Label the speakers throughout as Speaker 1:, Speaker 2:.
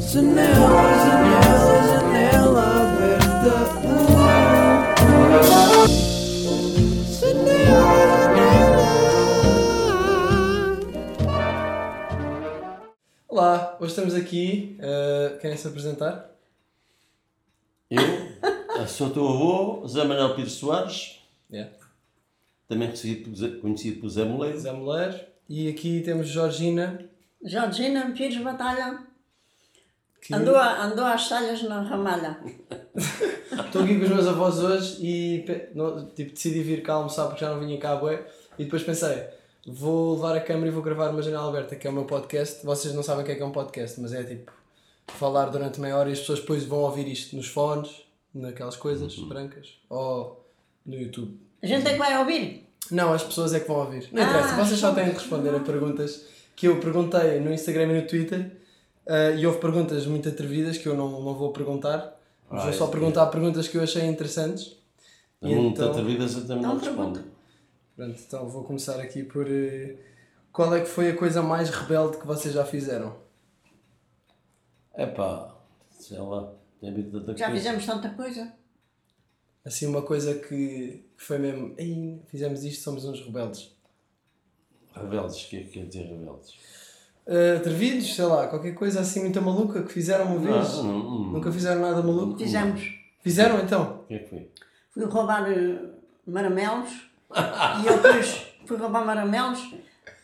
Speaker 1: Janela, janela, janela aberta. Janela, janela.
Speaker 2: Olá, hoje estamos aqui. eh, querem se apresentar?
Speaker 3: Eu sou teu avô, Zé Manuel Pires Soares,
Speaker 2: Yeah.
Speaker 3: também conhecido por Zé, conhecido por Zé Moleiro.
Speaker 2: Zé é Mulher. E aqui temos Georgina.
Speaker 4: Georgina Pires Batalha
Speaker 2: Que...
Speaker 4: andou, a- andou às talhas na ramalha.
Speaker 2: Estou aqui com os meus avós hoje e pe- não- tipo, decidi vir cá almoçar porque já não vinha cá a bué. E depois pensei, vou levar a câmera e vou gravar uma janela aberta, que é o meu podcast. Vocês não sabem o que é que é um podcast, mas é tipo falar durante meia hora e as pessoas depois vão ouvir isto nos fones, naquelas coisas brancas, ou no YouTube.
Speaker 4: A gente é que vai ouvir.
Speaker 2: Não, as pessoas é que vão ouvir. Não interessa, vocês só têm de responder a perguntas que eu perguntei no Instagram e no Twitter. ah, e houve perguntas muito atrevidas que eu não, não vou perguntar. Mas
Speaker 3: Ah,
Speaker 2: vou
Speaker 3: isso
Speaker 2: só
Speaker 3: é.
Speaker 2: perguntar perguntas que eu achei interessantes.
Speaker 3: A
Speaker 2: E
Speaker 3: muita
Speaker 2: então-
Speaker 3: atrevida, eu também não
Speaker 4: Então pergunta.
Speaker 3: respondo.
Speaker 2: Pronto, então vou começar aqui por. eh, qual é que foi a coisa mais rebelde que vocês já fizeram?
Speaker 3: Epá, sei lá, tem havido tanta
Speaker 4: Já
Speaker 3: coisa.
Speaker 4: fizemos tanta coisa.
Speaker 2: Assim, uma coisa que, que foi mesmo. Ei, fizemos isto, somos uns rebeldes.
Speaker 3: Rebeldes, o que é que quer dizer rebeldes?
Speaker 2: Ah, atrevidos, sei lá, qualquer coisa assim muito maluca que fizeram uma vez.
Speaker 3: Ah, não, não.
Speaker 2: Nunca fizeram nada maluco.
Speaker 4: Fizemos.
Speaker 2: Fizeram então?
Speaker 3: O que é que foi?
Speaker 4: Fui roubar eh, maramelos e eu depois fui roubar maramelos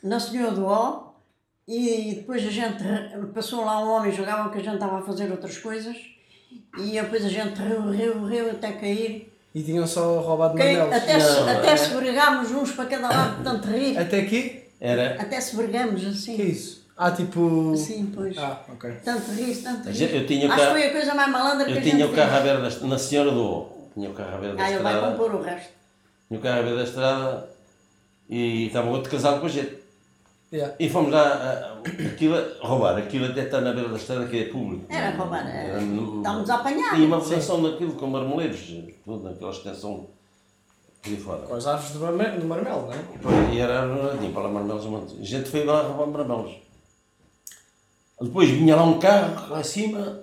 Speaker 4: na Senhora do Ó e depois a gente re- passou lá um homem jogava que a gente estava a fazer outras coisas e depois a gente riu, riu, riu até cair.
Speaker 2: E tinham só roubado
Speaker 4: Caí-
Speaker 2: mandelos.
Speaker 4: até, se,
Speaker 3: Não,
Speaker 4: até
Speaker 3: é.
Speaker 4: se bregámos uns para cada lado de tanto rir.
Speaker 2: Até aqui?
Speaker 3: Era,
Speaker 4: Até se bregámos
Speaker 2: O
Speaker 4: assim.
Speaker 2: É. que é isso? Ah, tipo.
Speaker 4: Sim, pois.
Speaker 2: Ah, ok.
Speaker 4: Tanto rir, tanto
Speaker 3: A
Speaker 4: rir.
Speaker 3: gente- eu tinha o
Speaker 4: Acho que
Speaker 3: carro-
Speaker 4: foi a coisa mais malandra que
Speaker 3: eu
Speaker 4: a
Speaker 3: tinha
Speaker 4: gente
Speaker 3: o carro à
Speaker 4: fez.
Speaker 3: beira da, na Senhora do O, tinha o carro à beira da
Speaker 4: Ah, ele vai
Speaker 3: estrada,
Speaker 4: compor o resto.
Speaker 3: tinha o carro à beira da estrada e estava outro casado com a gente.
Speaker 2: Yeah.
Speaker 3: E fomos lá a- a- aquilo, a roubar, aquilo até está na beira da estrada que é público.
Speaker 4: Era roubar, era-
Speaker 3: Era no-
Speaker 4: estávamos a apanhar.
Speaker 3: E uma votação daquilo com marmoleiros, toda aquela extensão ali fora.
Speaker 2: Com as árvores do, marme- do marmelo, não é?
Speaker 3: E era arruinadinho para lá marmelos um monte. A gente foi lá roubar marmelos. Depois vinha lá um carro lá em cima,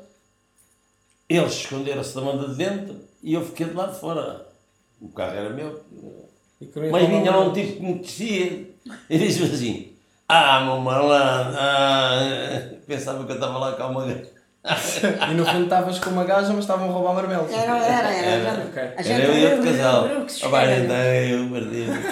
Speaker 3: eles esconderam-se da banda de dentro e eu fiquei do lado de fora. O carro era meu.
Speaker 2: E queriam
Speaker 3: Mas
Speaker 2: roubar
Speaker 3: vinha lá um
Speaker 2: marmelos.
Speaker 3: tipo que me descia e disse-me assim: Ah, meu malandro, ah. pensava que eu estava lá com uma gaja.
Speaker 2: E no fundo estavas com uma gaja, mas estavam a roubar marmelos.
Speaker 4: Era, era, era.
Speaker 2: Era, ok.
Speaker 4: A gente, a
Speaker 3: Era
Speaker 4: gente
Speaker 3: eu e outro
Speaker 4: riu,
Speaker 3: casal.
Speaker 4: riu, riu que É se
Speaker 3: Ah, vai,
Speaker 4: esquerda.
Speaker 3: então, eu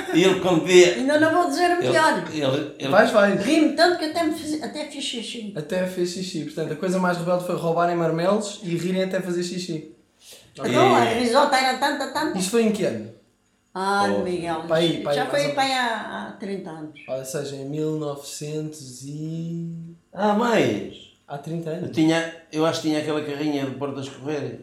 Speaker 3: perdi. E ele quando via.
Speaker 4: Ainda não vou dizer o
Speaker 3: Ele,
Speaker 4: melhor.
Speaker 3: ele, ele,
Speaker 2: Vais, vais.
Speaker 4: Ri-me tanto que até, me fiz, até fiz xixi.
Speaker 2: Até fez xixi. Portanto, a coisa mais rebelde foi roubarem marmelos e rirem até fazer xixi.
Speaker 4: Então, a risota era tanta, tanta.
Speaker 2: Isto foi em que ano?
Speaker 4: Ai, Miguel,
Speaker 2: Pai, pai,
Speaker 4: já
Speaker 2: mais
Speaker 4: foi
Speaker 2: ou
Speaker 4: pai há, há 30 anos.
Speaker 2: Ou seja, em 1900 e...
Speaker 3: Ah, mais!
Speaker 2: Há 30
Speaker 3: Eu,
Speaker 2: anos.
Speaker 3: tinha, eu acho que tinha aquela carrinha de portas correr.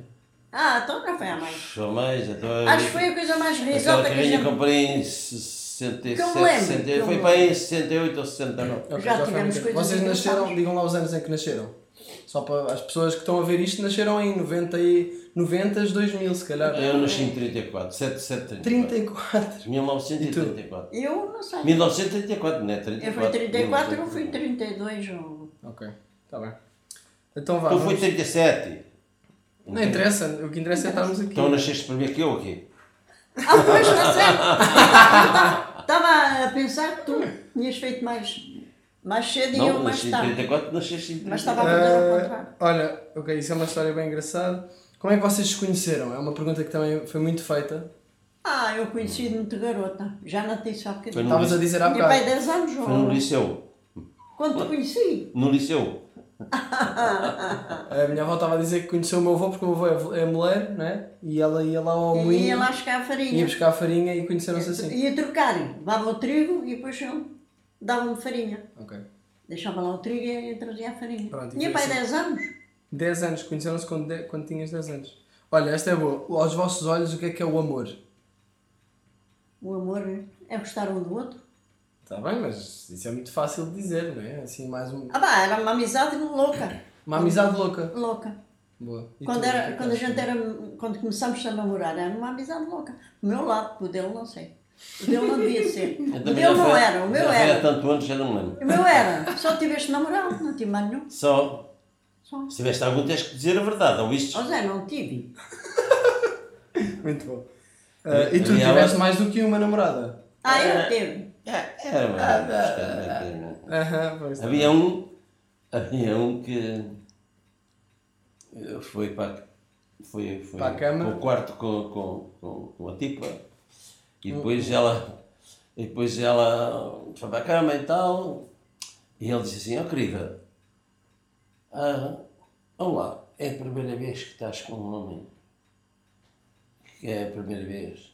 Speaker 4: Ah, então não foi a mais.
Speaker 3: Só mais, então.
Speaker 4: Acho que foi a coisa mais
Speaker 3: Aquela
Speaker 4: risota que a
Speaker 3: carrinha que
Speaker 4: gente...
Speaker 3: comprei em 67,
Speaker 4: Que eu me lembro,
Speaker 3: 68.
Speaker 4: que eu
Speaker 3: Foi
Speaker 4: me
Speaker 3: para aí em
Speaker 4: lembro.
Speaker 3: 68 ou 69.
Speaker 2: Ok,
Speaker 4: Já
Speaker 2: foi
Speaker 4: tivemos
Speaker 2: muito tempo.
Speaker 4: coisas
Speaker 2: Vocês nasceram,
Speaker 4: engraçadas.
Speaker 2: digam lá os anos em que nasceram. Só para as pessoas que estão a ver isto, nasceram em 90 e... 90, 2000 se calhar.
Speaker 3: Eu nasci em 34, 77, 34.
Speaker 2: 34.
Speaker 3: 1934.
Speaker 4: Eu não sei.
Speaker 3: 1934, não é? 34.
Speaker 4: Eu fui 34, eu fui 32 ou...
Speaker 2: Ok, está bem. Então vá.
Speaker 3: Tu
Speaker 2: vamos-
Speaker 3: fui 37.
Speaker 2: Não interessa, o que interessa é estarmos aqui.
Speaker 3: Então nasceste primeiro que eu aqui.
Speaker 4: Ah, pois, está certo. Estava a pensar que tu tinhas feito mais, mais cedo e eu
Speaker 3: Não,
Speaker 4: mais
Speaker 3: nasci em
Speaker 4: tarde.
Speaker 3: 34, nasceste em 34.
Speaker 4: Mas estava a fazer ao contrário.
Speaker 2: Ah, olha, ok, isso é uma história bem engraçada. Como é que vocês se conheceram? É uma pergunta que também foi muito feita.
Speaker 4: Ah, eu conheci de muito garota. Já não tenho só
Speaker 3: Foi
Speaker 4: que Tinha
Speaker 3: no-
Speaker 2: Estavas a dizer há
Speaker 4: pai
Speaker 2: bocado.
Speaker 4: 10 anos
Speaker 3: Foi no
Speaker 4: ou...
Speaker 3: liceu.
Speaker 4: Quando te conheci.
Speaker 3: No liceu.
Speaker 2: A minha avó estava a dizer que conheceu o meu avô porque o meu avô é, é mulher, né? E ela ia lá ao
Speaker 4: E ia
Speaker 2: moinho,
Speaker 4: lá buscar a
Speaker 2: um ia
Speaker 4: farinha.
Speaker 2: buscar farinha e conheceram-se assim.
Speaker 4: Ia trocar. Levava o trigo e depois eu dava-me farinha.
Speaker 2: Ok.
Speaker 4: Deixava lá o trigo e eu trazia a farinha.
Speaker 2: Pronto, e foi
Speaker 4: Tinha pai
Speaker 2: assim.
Speaker 4: 10 anos.
Speaker 2: 10 anos, conheceram-se quando, de- quando tinhas 10 anos. Olha, esta é boa. Aos vossos olhos, o que é que é o amor?
Speaker 4: O amor é gostar um do outro.
Speaker 2: Está bem, mas isso é muito fácil de dizer, não é? Assim, mais um...
Speaker 4: Ah, pá, era uma amizade louca.
Speaker 2: uma amizade louca.
Speaker 4: Louca.
Speaker 2: Boa. E
Speaker 4: Quando,
Speaker 2: tu, o que é
Speaker 4: era,
Speaker 2: que
Speaker 4: quando a
Speaker 2: achas?
Speaker 4: gente era, quando começámos a namorar, era uma amizade louca. O meu lado, o dele não sei. O dele não devia ser. O
Speaker 3: Eu também
Speaker 4: dele
Speaker 3: já
Speaker 4: não
Speaker 3: fui-
Speaker 4: era, o meu
Speaker 3: já fui Há
Speaker 4: era.
Speaker 3: tanto anos já não me lembro.
Speaker 4: O meu era. Só tiveste namorado, não tive mais nenhum.
Speaker 3: Só.
Speaker 4: Só.
Speaker 3: Se tiveste algum, tens que dizer a verdade, ou isto.
Speaker 4: Ó Zé, não tive. é-
Speaker 2: Muito bom. Ah, e tu
Speaker 3: Daniela-
Speaker 2: tiveste mais do que uma namorada?
Speaker 4: Ah, eu teve.
Speaker 3: É, era,
Speaker 4: Ah,
Speaker 3: é mas-
Speaker 2: Aham, pois.
Speaker 3: Havia um, havia um que eh, foi para, foi, foi
Speaker 2: Para a cama?
Speaker 3: para o quarto com, com, com, com a tipa
Speaker 2: Hum.
Speaker 3: e depois ela, e depois ela foi para a cama e tal, e ele disse assim, ó querida, ah, olá, é a primeira vez que estás com um homem, que é a primeira vez.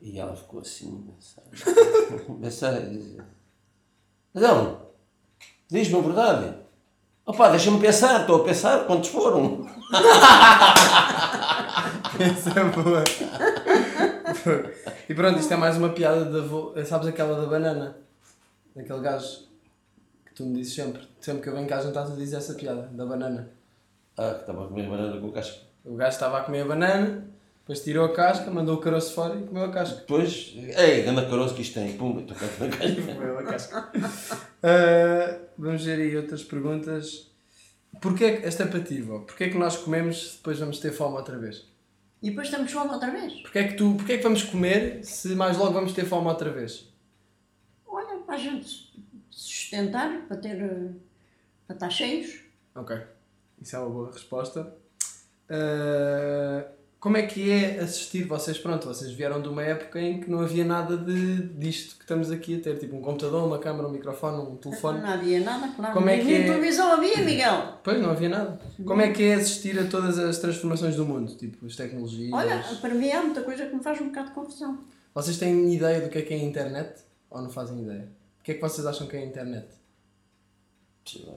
Speaker 3: E ela ficou assim, a pensar, e dizia, Adão, Diz-me a verdade. Opa, deixa-me pensar, estou a pensar quantos foram.
Speaker 2: Essa é boa. e pronto, isto é mais uma piada da avô. Sabes aquela da banana? Daquele gajo que tu me dizes sempre. Sempre que eu venho cá jantar, tu dizes essa piada, da banana.
Speaker 3: Ah, que estava a comer banana com casca.
Speaker 2: O gajo estava a comer a banana, depois tirou a casca, mandou o caroço fora e comeu a casca.
Speaker 3: Depois, ei, ganda caroço que isto tem, pumba, estou cá na casca.
Speaker 2: Comeu a casca. Ah, vamos ver aí outras perguntas. Porquê que, esta é para ti, vó. Porquê que nós comemos se depois vamos ter fome outra vez?
Speaker 4: E depois estamos fome outra vez.
Speaker 2: Porquê é que, tu, porquê que vamos comer se mais logo vamos ter fome outra vez?
Speaker 4: Olha, para a gente se sustentar, para ter. eh, para estar cheios.
Speaker 2: Ok. Isso é uma boa resposta. Ah, como é que é assistir vocês? Pronto, vocês vieram de uma época em que não havia nada de, disto que estamos aqui a ter, tipo um computador, uma câmera, um microfone, um telefone.
Speaker 4: Não havia nada, claro.
Speaker 2: Como é
Speaker 4: Nem
Speaker 2: que
Speaker 4: nem
Speaker 2: é?
Speaker 4: televisão havia, Miguel.
Speaker 2: Pois, não havia nada. Como é que é assistir a todas as transformações do mundo? Tipo, as tecnologias.
Speaker 4: Olha, para mim há muita coisa que me faz um bocado de confusão.
Speaker 2: Vocês têm ideia do que é que é a internet? Ou não fazem ideia? O que é que vocês acham que é a internet?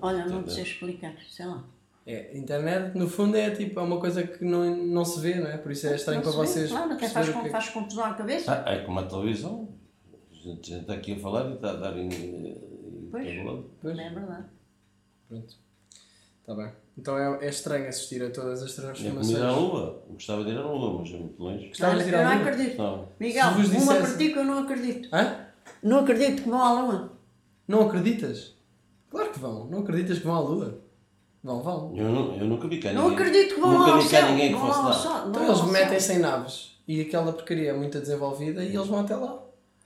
Speaker 4: Olha,
Speaker 2: Tá
Speaker 4: não sei explicar, sei lá.
Speaker 2: É, a internet, no fundo, é tipo, é uma coisa que não, não se vê, não é? Por isso é estranho
Speaker 4: Não
Speaker 2: para
Speaker 4: se vê,
Speaker 2: vocês.
Speaker 4: Claro, até
Speaker 2: perceber
Speaker 4: faz,
Speaker 2: o que
Speaker 4: con-
Speaker 2: é que-
Speaker 4: faz confusão à cabeça.
Speaker 3: Ah, é como a televisão. A gente está aqui a falar e está a dar em. em
Speaker 4: Pois.
Speaker 3: cabelado.
Speaker 2: Pois.
Speaker 4: Não é verdade.
Speaker 2: Pronto. Está bem. Então é, é estranho assistir a todas as
Speaker 3: E a comida à
Speaker 2: transformações.
Speaker 3: lua. Eu gostava de ir à lua, mas é muito longe.
Speaker 2: Gostavas de ir
Speaker 4: Olha, eu
Speaker 2: à
Speaker 4: não
Speaker 2: lua?
Speaker 4: acredito.
Speaker 3: Não.
Speaker 4: Miguel,
Speaker 2: Se vos
Speaker 4: uma
Speaker 2: dissesse-
Speaker 4: partícula eu não acredito.
Speaker 2: Hã?
Speaker 4: Não acredito que vão à lua.
Speaker 2: Não acreditas? Claro que vão. Não acreditas que vão à lua? Vão, vão.
Speaker 3: Eu, nu- eu nunca vi cá
Speaker 4: Não
Speaker 3: ninguém.
Speaker 4: acredito que vão
Speaker 3: Nunca
Speaker 4: lá ao
Speaker 3: vi cá
Speaker 4: céu.
Speaker 3: ninguém que
Speaker 4: Vão lá ao
Speaker 3: fosse lá.
Speaker 4: sol.
Speaker 2: Então
Speaker 4: vão lá
Speaker 2: eles
Speaker 4: ao
Speaker 2: metem-se
Speaker 4: céu.
Speaker 2: em naves e aquela porcaria é muito desenvolvida e eles vão até lá.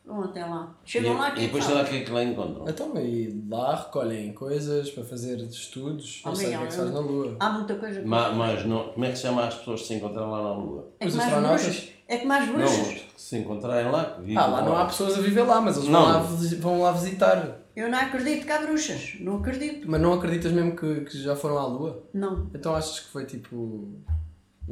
Speaker 4: Vão até lá.
Speaker 3: E,
Speaker 4: Chegam lá
Speaker 3: e
Speaker 4: tipo, aqui.
Speaker 3: depois sei lá o que é que lá encontram.
Speaker 2: Então, e lá recolhem coisas para fazer estudos. Não
Speaker 4: Oh,
Speaker 2: sei o que é
Speaker 4: Miguel,
Speaker 2: que se faz na lua.
Speaker 4: Há muita coisa que.
Speaker 3: Ma- Mas, não, como é que se chama as pessoas que se encontram lá na lua?
Speaker 4: É que
Speaker 2: Os
Speaker 4: mais
Speaker 2: astronautas?
Speaker 4: bruxas. É que mais
Speaker 3: Não,
Speaker 4: bruxas.
Speaker 3: os que se encontrarem lá. que vivem
Speaker 2: Ah, lá não há pessoas a viver lá, mas eles
Speaker 3: Não.
Speaker 2: Vão, lá, visi- vão lá visitar.
Speaker 4: Eu não acredito que há bruxas. Não acredito.
Speaker 2: Mas não acreditas mesmo que, que já foram à lua?
Speaker 4: Não.
Speaker 2: Então achas que foi tipo.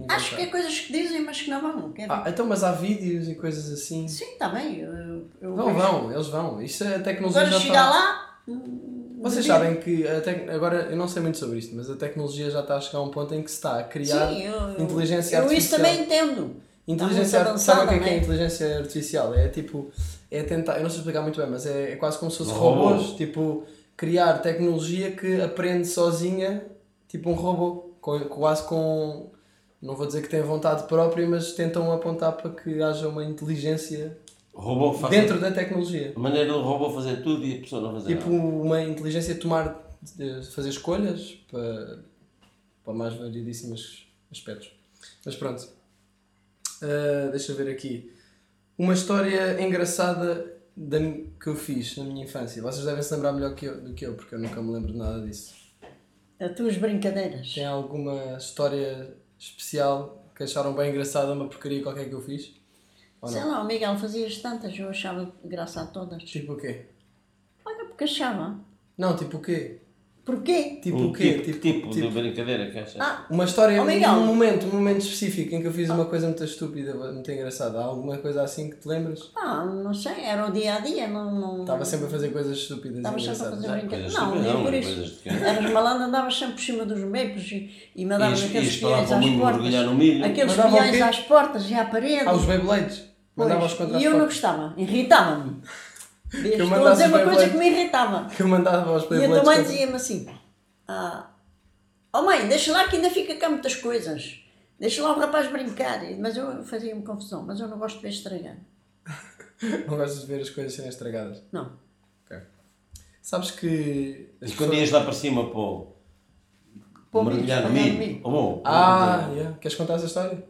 Speaker 4: Acho que é coisas que dizem, mas que não vão. Quer dizer,
Speaker 2: Ah, então, mas há vídeos e coisas assim.
Speaker 4: Sim, está bem. eu- eu
Speaker 2: Não
Speaker 4: vejo.
Speaker 2: vão, eles vão. Isto é a tecnologia
Speaker 4: Agora
Speaker 2: já
Speaker 4: chegar
Speaker 2: está.
Speaker 4: lá. hum,
Speaker 2: Vocês sabem que a tec... agora eu não sei muito sobre isto, mas a tecnologia já está a chegar a um ponto em que se está a criar
Speaker 4: Sim, eu,
Speaker 2: inteligência
Speaker 4: eu isso
Speaker 2: artificial.
Speaker 4: também entendo.
Speaker 2: Inteligência
Speaker 4: Está
Speaker 2: ar...
Speaker 4: muito
Speaker 2: Sabe o que é,
Speaker 4: avançada,
Speaker 2: que é
Speaker 4: né?
Speaker 2: inteligência artificial? É tipo, é tentar, eu não sei explicar muito bem, mas é, é quase como se fosse
Speaker 3: Robô.
Speaker 2: robôs, tipo, criar tecnologia que aprende sozinha, tipo um robô, com, quase com, não vou dizer que tem vontade própria, mas tentam apontar para que haja uma inteligência
Speaker 3: O robô que faz
Speaker 2: dentro da tecnologia.
Speaker 3: A maneira do robô fazer tudo e a pessoa não fazer
Speaker 2: Tipo
Speaker 3: nada.
Speaker 2: uma inteligência de tomar, de fazer escolhas para, para mais variedíssimos aspectos. Mas pronto. Ah, deixa eu ver aqui. Uma história engraçada da mi- que eu fiz na minha infância. Vocês devem se lembrar melhor que eu- do que eu, porque eu nunca me lembro de nada disso.
Speaker 4: As tuas brincadeiras.
Speaker 2: Tem alguma história especial que acharam bem engraçada, uma porcaria qualquer que eu fiz? Ou
Speaker 4: Sei
Speaker 2: não?
Speaker 4: lá, o Miguel fazias tantas, eu achava graça a todas.
Speaker 2: Tipo o quê?
Speaker 4: Olha, porque achava.
Speaker 2: Não, tipo o quê?
Speaker 4: Porquê?
Speaker 2: Tipo
Speaker 3: Um
Speaker 2: o quê?
Speaker 3: tipo, tipo, de brincadeira que acha.
Speaker 4: Ah,
Speaker 2: Uma história,
Speaker 4: Oh, Miguel.
Speaker 2: um momento, um momento específico em que eu fiz uma coisa muito estúpida, muito engraçada. Há alguma coisa assim que te lembras?
Speaker 4: pá, não sei, era o dia a dia, não. não...
Speaker 2: Estava sempre a fazer coisas estúpidas e
Speaker 4: Estava sempre a
Speaker 2: engraçadas.
Speaker 4: fazer
Speaker 3: Ah,
Speaker 4: brincadeiras.
Speaker 3: coisas
Speaker 4: Não,
Speaker 3: estúpidas,
Speaker 4: nem
Speaker 3: não,
Speaker 4: por
Speaker 3: coisas
Speaker 4: isso.
Speaker 3: de criança.
Speaker 4: Eras malandro, andavas sempre por cima dos becos e, e mandavas
Speaker 3: Ias-
Speaker 4: aqueles
Speaker 3: ias para lá
Speaker 4: peões
Speaker 3: para o
Speaker 4: às
Speaker 3: mundo mergulhar no
Speaker 4: portas.
Speaker 3: milho.
Speaker 4: Aqueles
Speaker 2: Mandava o
Speaker 4: peões
Speaker 2: quê?
Speaker 4: às portas e à parede.
Speaker 2: Ah, os Beyblades.
Speaker 4: Pois,
Speaker 2: Mandava-os contra as
Speaker 4: E eu não
Speaker 2: portas.
Speaker 4: gostava, irritava-me. Estou a
Speaker 2: mandasse
Speaker 4: dizer uma
Speaker 2: bem
Speaker 4: coisa
Speaker 2: longe.
Speaker 4: que me irritava.
Speaker 2: Que eu mandava aos
Speaker 4: E a
Speaker 2: Beyblades.
Speaker 4: tua mãe
Speaker 2: contra-
Speaker 4: dizia-me assim: ah, Oh mãe, deixa lá que ainda fica cá muitas coisas. Deixa lá o rapaz brincar. E- Mas eu fazia-me confusão, mas eu não gosto de ver estragar.
Speaker 2: Não gostas de ver as coisas serem estragadas.
Speaker 4: Não.
Speaker 2: Ok. Sabes que. as
Speaker 3: E quando ias lá para cima, pô,
Speaker 4: Pô,
Speaker 3: mergulhar no
Speaker 4: milho,
Speaker 3: milho.
Speaker 4: milho.
Speaker 3: Oh, bom,
Speaker 2: Ah, yeah. queres contar essa história?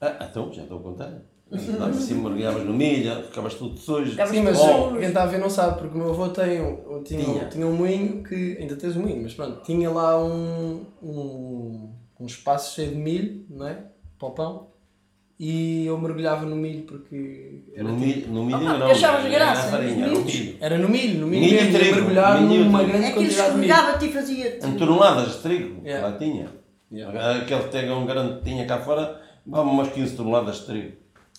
Speaker 3: Ah, então, já estou a contar. Andavas assim, mergulhavas no milho, ficavas tudo sujo.
Speaker 4: Ficavas
Speaker 2: Sim, mas
Speaker 4: Oh.
Speaker 2: quem está a ver não sabe, porque o meu avô tem, um- tinha,
Speaker 3: Tinha.
Speaker 2: tinha um moinho que. Ainda tens um moinho, mas pronto. Tinha lá um, um, um espaço cheio de milho, não é? Para o pão. E eu mergulhava no milho porque. Era,
Speaker 3: No milho, no milho
Speaker 4: Ah, pá,
Speaker 3: não.
Speaker 4: achavas
Speaker 3: era
Speaker 4: graça,
Speaker 3: a farinha,
Speaker 4: os
Speaker 3: era o
Speaker 4: milhos.
Speaker 3: milho.
Speaker 2: era no milho, no milho,
Speaker 3: Milho e
Speaker 2: mesmo. ia
Speaker 3: trigo,
Speaker 2: mergulhar
Speaker 3: milho e
Speaker 2: numa
Speaker 3: trigo.
Speaker 2: grande
Speaker 4: É que ele
Speaker 2: quantidade de milho.
Speaker 4: escorregava-te e fazia-te.
Speaker 3: Em toneladas de trigo, que
Speaker 2: Yeah.
Speaker 3: lá tinha. Ah,
Speaker 2: Yeah.
Speaker 3: Aquele tegão grande que tinha cá fora, dava umas 15 toneladas de trigo.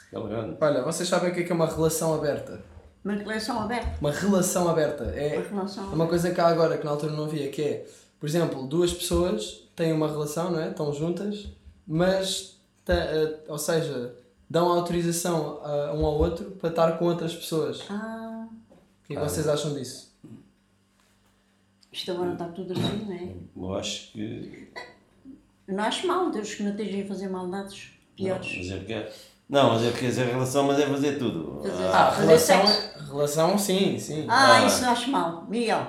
Speaker 3: Aquele grande.
Speaker 2: Olha, vocês sabem o que é que é uma relação aberta?
Speaker 4: Uma coleção aberta.
Speaker 2: Uma relação aberta. É
Speaker 4: Uma relação
Speaker 2: é uma coisa que há agora que na altura não havia, que é, por exemplo, duas pessoas têm uma relação, não é? Estão juntas, mas, ta- eh, ou seja, dão autorização a um ao outro para estar com outras pessoas.
Speaker 4: Ah,
Speaker 2: O que é que vocês acham disso?
Speaker 4: isto agora está tudo assim, não é?
Speaker 3: Eu acho que.
Speaker 4: Eu não acho mal, Deus que não esteja a fazer maldades
Speaker 3: Não,
Speaker 4: piores.
Speaker 3: mas é que é. Não, mas é que é relação, mas é fazer tudo.
Speaker 4: Fazer-
Speaker 3: Ah,
Speaker 2: Ah,
Speaker 4: fazer
Speaker 2: relação,
Speaker 4: sexo.
Speaker 2: relação sim, sim.
Speaker 4: Ah,
Speaker 3: Ah.
Speaker 4: isso eu acho mal. Miguel,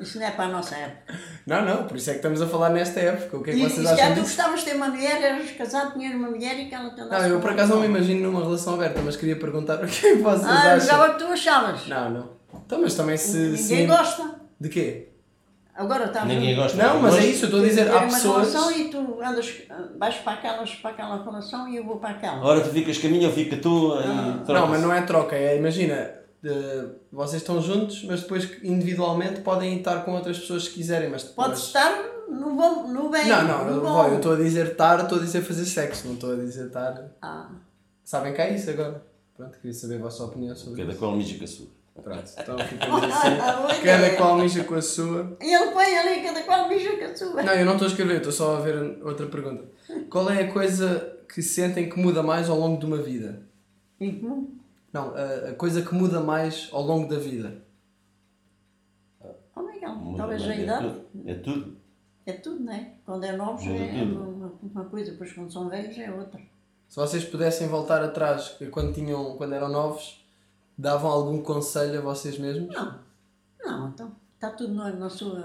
Speaker 4: isso não é para a nossa época.
Speaker 2: Não, não, por isso é que estamos a falar nesta época. O que é que
Speaker 4: e
Speaker 2: vocês
Speaker 4: se calhar
Speaker 2: acham
Speaker 4: tu
Speaker 2: disso?
Speaker 4: gostavas de ter uma mulher, eras casado, tinhas uma mulher e que ela te andasse
Speaker 2: Não, eu
Speaker 4: com
Speaker 2: por
Speaker 4: uma
Speaker 2: acaso não me
Speaker 4: pessoa.
Speaker 2: imagino numa relação aberta, mas queria perguntar o que é que vocês
Speaker 4: Ah, eu
Speaker 2: acham.
Speaker 4: jogava que tu achavas.
Speaker 2: Não, não. Então, mas também se...
Speaker 4: Ninguém
Speaker 2: se-
Speaker 4: gosta.
Speaker 2: De quê?
Speaker 4: Agora tá está
Speaker 3: Ninguém gosta
Speaker 2: Não, mas é
Speaker 3: Mas-
Speaker 2: isso, eu estou a dizer, há
Speaker 4: uma
Speaker 2: pessoas...
Speaker 4: relação e tu andas, vais para aquelas, para aquela relação e eu vou para aquela.
Speaker 3: Ora tu ficas caminho, eu fico tu e
Speaker 2: Não, mas não é troca, é imagina, eh, vocês estão juntos, mas depois individualmente podem estar com outras pessoas se quiserem, mas
Speaker 4: Pode
Speaker 2: mas-
Speaker 4: estar no, bom, no bem.
Speaker 2: Não, não,
Speaker 4: no
Speaker 2: eu-
Speaker 4: bom.
Speaker 2: eu estou a dizer estar, estou a dizer fazer sexo, não estou a dizer estar.
Speaker 4: Ah,
Speaker 2: Sabem que é isso agora? Pronto, queria saber a vossa opinião sobre
Speaker 3: Cada
Speaker 2: isso.
Speaker 3: é qual mija com a sua.
Speaker 2: Pronto, então ficamos assim.
Speaker 4: Boa
Speaker 2: Cada
Speaker 4: ideia.
Speaker 2: qual mija com a sua.
Speaker 4: ele põe ali cada qual mija que a sua.
Speaker 2: Não, eu não estou a escrever, estou só a ver outra pergunta. Qual é a coisa que sentem que muda mais ao longo de uma vida?
Speaker 4: Uhum.
Speaker 2: Não, a, a coisa que muda mais ao longo da vida.
Speaker 4: Oh, Miguel,
Speaker 3: Muda,
Speaker 4: talvez
Speaker 3: mas
Speaker 4: a
Speaker 3: é
Speaker 4: idade.
Speaker 3: tudo, É tudo.
Speaker 4: É tudo, não é? Quando é novos
Speaker 3: Muda
Speaker 4: é
Speaker 3: tudo.
Speaker 4: uma, uma coisa, depois quando são velhos é outra.
Speaker 2: Se vocês pudessem voltar atrás, que quando, tinham, quando eram novos, davam algum conselho a vocês mesmos?
Speaker 4: Não, não, então. Está tudo na, na sua,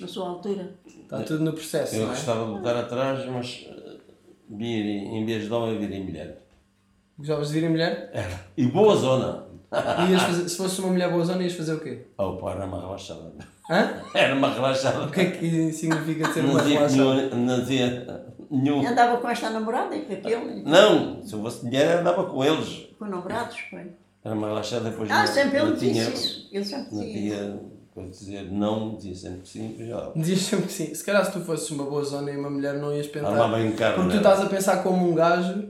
Speaker 4: na sua altura.
Speaker 2: Está tudo no processo,
Speaker 3: Eu
Speaker 2: não é?
Speaker 3: gostava de voltar atrás, mas eh, vir, em vez de homem, vir em mulher.
Speaker 2: Gostavas de vir em mulher?
Speaker 3: E boa zona.
Speaker 2: E ias fazer- se fosse uma mulher boa zona, ias fazer o quê?
Speaker 3: Oh, pá, era uma relaxada.
Speaker 2: Hã?
Speaker 3: Era uma relaxada.
Speaker 2: O que é que significa ser
Speaker 3: Não
Speaker 2: uma
Speaker 3: dizia
Speaker 2: relação?
Speaker 3: nenhum- não dizia nenhum.
Speaker 4: Andava com esta namorada e com aquele,
Speaker 3: Não, se eu fosse mulher, andava com eles.
Speaker 4: com namorados, foi.
Speaker 3: Era uma relaxada depois.
Speaker 4: Ah,
Speaker 3: não-
Speaker 4: sempre
Speaker 3: não
Speaker 4: ele
Speaker 3: tinha-
Speaker 4: disse isso. Ele sempre
Speaker 3: Não
Speaker 4: dizia isso.
Speaker 3: tinha. Para dizer não, dizia sempre sim, pois já.
Speaker 2: Dias sempre que sim. Se calhar se tu fosses uma boa zona e uma mulher não ias pensar.
Speaker 3: Armava em carro,
Speaker 2: Porque tu
Speaker 3: não é?
Speaker 2: estás a pensar como um gajo.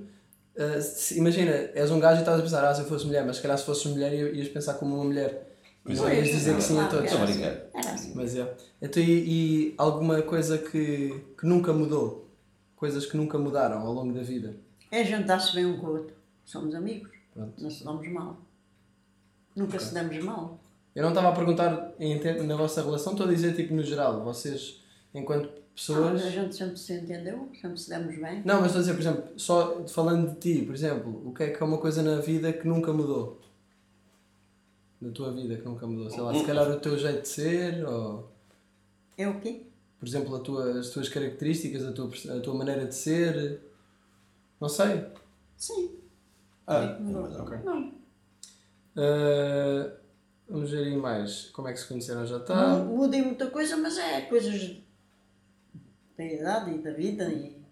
Speaker 2: ah, se- imagina, és um gajo e estás a pensar, ah, se eu fosse mulher, mas se calhar se fosses mulher ia- ias pensar como uma mulher. E
Speaker 3: é.
Speaker 2: não ias dizer que sim a todos.
Speaker 3: Estou a brincar.
Speaker 4: Era assim.
Speaker 2: Mas é. Então, e, e alguma coisa que, que nunca mudou? Coisas que nunca mudaram ao longo da vida?
Speaker 4: É jantar-se bem um com o outro. Somos amigos.
Speaker 2: Pronto.
Speaker 4: Não se damos mal. Nunca se damos mal.
Speaker 2: Eu não estava a perguntar em ter- na vossa relação, estou a dizer tipo no geral, vocês enquanto pessoas.
Speaker 4: A gente sempre se entendeu, sempre se damos bem.
Speaker 2: Não, mas estou a dizer, por exemplo, só falando de ti, por exemplo, o que é que é uma coisa na vida que nunca mudou? Na tua vida que nunca mudou? Sei lá, se calhar o teu jeito de ser, ou
Speaker 4: É o quê?
Speaker 2: por exemplo a tua- as tuas características, a tua, pers- a tua maneira de ser. Não sei.
Speaker 4: Sim. É,
Speaker 3: Ah,
Speaker 4: Não.
Speaker 2: é ok.
Speaker 4: Não.
Speaker 2: Uh, vamos ver aí mais. Como é que se conheceram já
Speaker 4: Não
Speaker 2: está?
Speaker 4: muda em muita coisa, mas é coisas da idade e da vida. E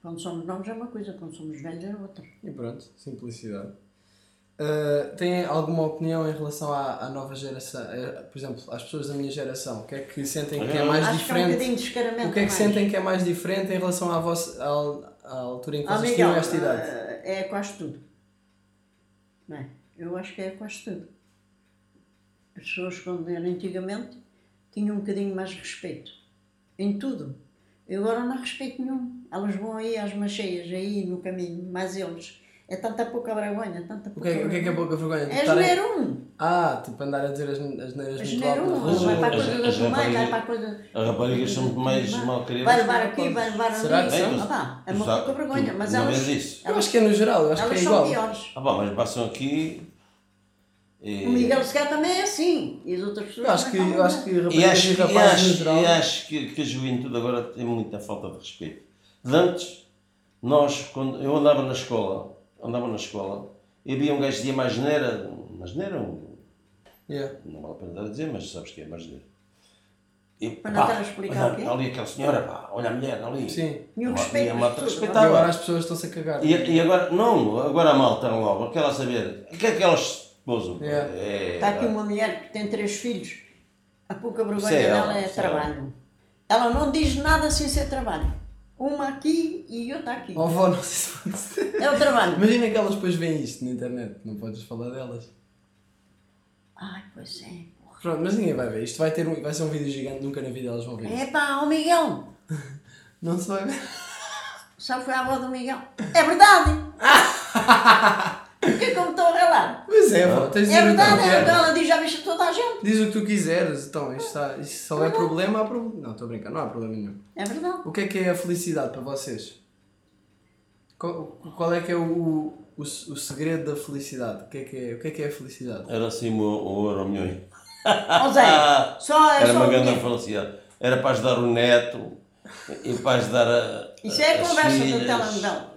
Speaker 4: quando somos novos é uma coisa, quando somos velhos é outra.
Speaker 2: E pronto, simplicidade. Uh, têm alguma opinião em relação à, à nova geração? Eh, por exemplo, às pessoas da minha geração, o que é que sentem que é mais
Speaker 4: Acho que é um
Speaker 2: diferente?
Speaker 4: bocadinho descaramento.
Speaker 2: o que é que
Speaker 4: mais.
Speaker 2: sentem que é mais diferente em relação à, vossa, à, à altura em que
Speaker 4: Ah,
Speaker 2: vocês
Speaker 4: Miguel,
Speaker 2: tinham esta idade?
Speaker 4: ah, é quase tudo. Não é? Eu acho que é quase tudo. As pessoas, quando eram antigamente, tinham um bocadinho mais respeito. Em tudo. Eu agora não há respeito nenhum. Elas vão aí às macheias, aí no caminho, mais eles. É tanta pouca vergonha, tanta
Speaker 2: O
Speaker 4: pouca
Speaker 2: que, é, o que é que é
Speaker 4: vergonha.
Speaker 2: pouca vergonha? De
Speaker 4: É
Speaker 2: estarem-
Speaker 4: janeiro um.
Speaker 2: Ah, tipo andar a dizer as as neiras
Speaker 4: É
Speaker 2: muito alto
Speaker 4: janeiro
Speaker 2: na
Speaker 4: um. Vai para a
Speaker 2: rua.
Speaker 3: As-
Speaker 4: coisa
Speaker 3: as
Speaker 4: das mães, vai
Speaker 3: raparigas-
Speaker 4: para a coisa...
Speaker 3: As raparigas são muito mais mal queridas.
Speaker 4: Vai levar aqui, vai levar ali.
Speaker 2: Será que
Speaker 3: são?
Speaker 4: Ah, pá, é
Speaker 3: Tu
Speaker 4: uma
Speaker 3: sabe-
Speaker 4: pouca vergonha.
Speaker 3: tu
Speaker 4: Mas
Speaker 3: não
Speaker 4: elas,
Speaker 3: vês isso?
Speaker 2: Eu acho que é no geral, eu acho que
Speaker 3: Tá
Speaker 4: elas
Speaker 2: é
Speaker 4: são
Speaker 2: igual.
Speaker 4: piores.
Speaker 3: Ah, pá, mas passam aqui. E-
Speaker 4: O Miguel Sequer também é assim. E as outras pessoas.
Speaker 2: Eu acho que,
Speaker 4: também
Speaker 2: eu acho
Speaker 4: são.
Speaker 2: que
Speaker 3: E
Speaker 2: rapazes
Speaker 3: acho,
Speaker 2: e
Speaker 3: que, e
Speaker 2: rapazes no
Speaker 3: acho,
Speaker 2: geral.
Speaker 3: e acho que, que a juventude agora tem muita falta de respeito. De antes, nós, quando eu andava na escola, andava na escola, e havia um gajo que dizia mais neira, mais neira, um-
Speaker 2: Yeah.
Speaker 3: não vale a pena dar a dizer, mas sabes que é mais neira. E,
Speaker 4: Mas não estás a explicar o quê?
Speaker 3: ali aquela senhora, pá, olha a mulher ali.
Speaker 2: Sim.
Speaker 4: E o
Speaker 3: Não
Speaker 4: respeito é?
Speaker 3: havia
Speaker 4: das
Speaker 3: malta que
Speaker 4: pessoas,
Speaker 2: E agora
Speaker 3: respeitava.
Speaker 2: as pessoas estão-se Tá a cagar.
Speaker 3: E, e agora, não, agora a malta logo, quer lá saber, o que é que elas se posam?
Speaker 2: Yeah.
Speaker 3: É,
Speaker 4: Está aqui uma mulher que tem três filhos. A pouca vergonha
Speaker 3: Sei ela,
Speaker 4: dela é
Speaker 3: sei
Speaker 4: trabalho. Ela não diz nada sem ser trabalho. Uma aqui e outra aqui.
Speaker 2: Oh, vó, não sei se pode
Speaker 4: É o trabalho.
Speaker 2: Imagina que elas depois veem isto na internet, não podes falar delas.
Speaker 4: Ai, pois é. porra.
Speaker 2: Pronto, mas ninguém vai ver isto. Vai, ter um- vai ser um vídeo gigante, nunca na vida elas vão ver. isto.
Speaker 4: Epá, o Miguel.
Speaker 2: Não se vai ver.
Speaker 4: Só foi a avó do Miguel. É verdade. Por que que eu me estou a relar?
Speaker 2: Mas é, vó, tens de
Speaker 4: É
Speaker 2: dizer o que tu
Speaker 4: verdade, é o que
Speaker 2: queres.
Speaker 4: ela diz à vista de toda a gente.
Speaker 2: Diz o que tu quiseres, então, isto, está, isto só é problema, há problema. Não, estou a brincar, não há problema nenhum.
Speaker 4: É verdade.
Speaker 2: O que é que é a felicidade para vocês? Qual, qual é que é o, o, o segredo da felicidade? O que é que é, o que é, que é a felicidade?
Speaker 3: Era assim o, o euro milhões.
Speaker 4: Ó Zé, só é
Speaker 3: Era
Speaker 4: só
Speaker 3: uma
Speaker 4: o
Speaker 3: grande
Speaker 4: dinheiro.
Speaker 3: felicidade. Era para ajudar o neto e para ajudar a.
Speaker 4: Isso é
Speaker 3: as
Speaker 4: conversa do
Speaker 3: filhas.
Speaker 4: telemóvel.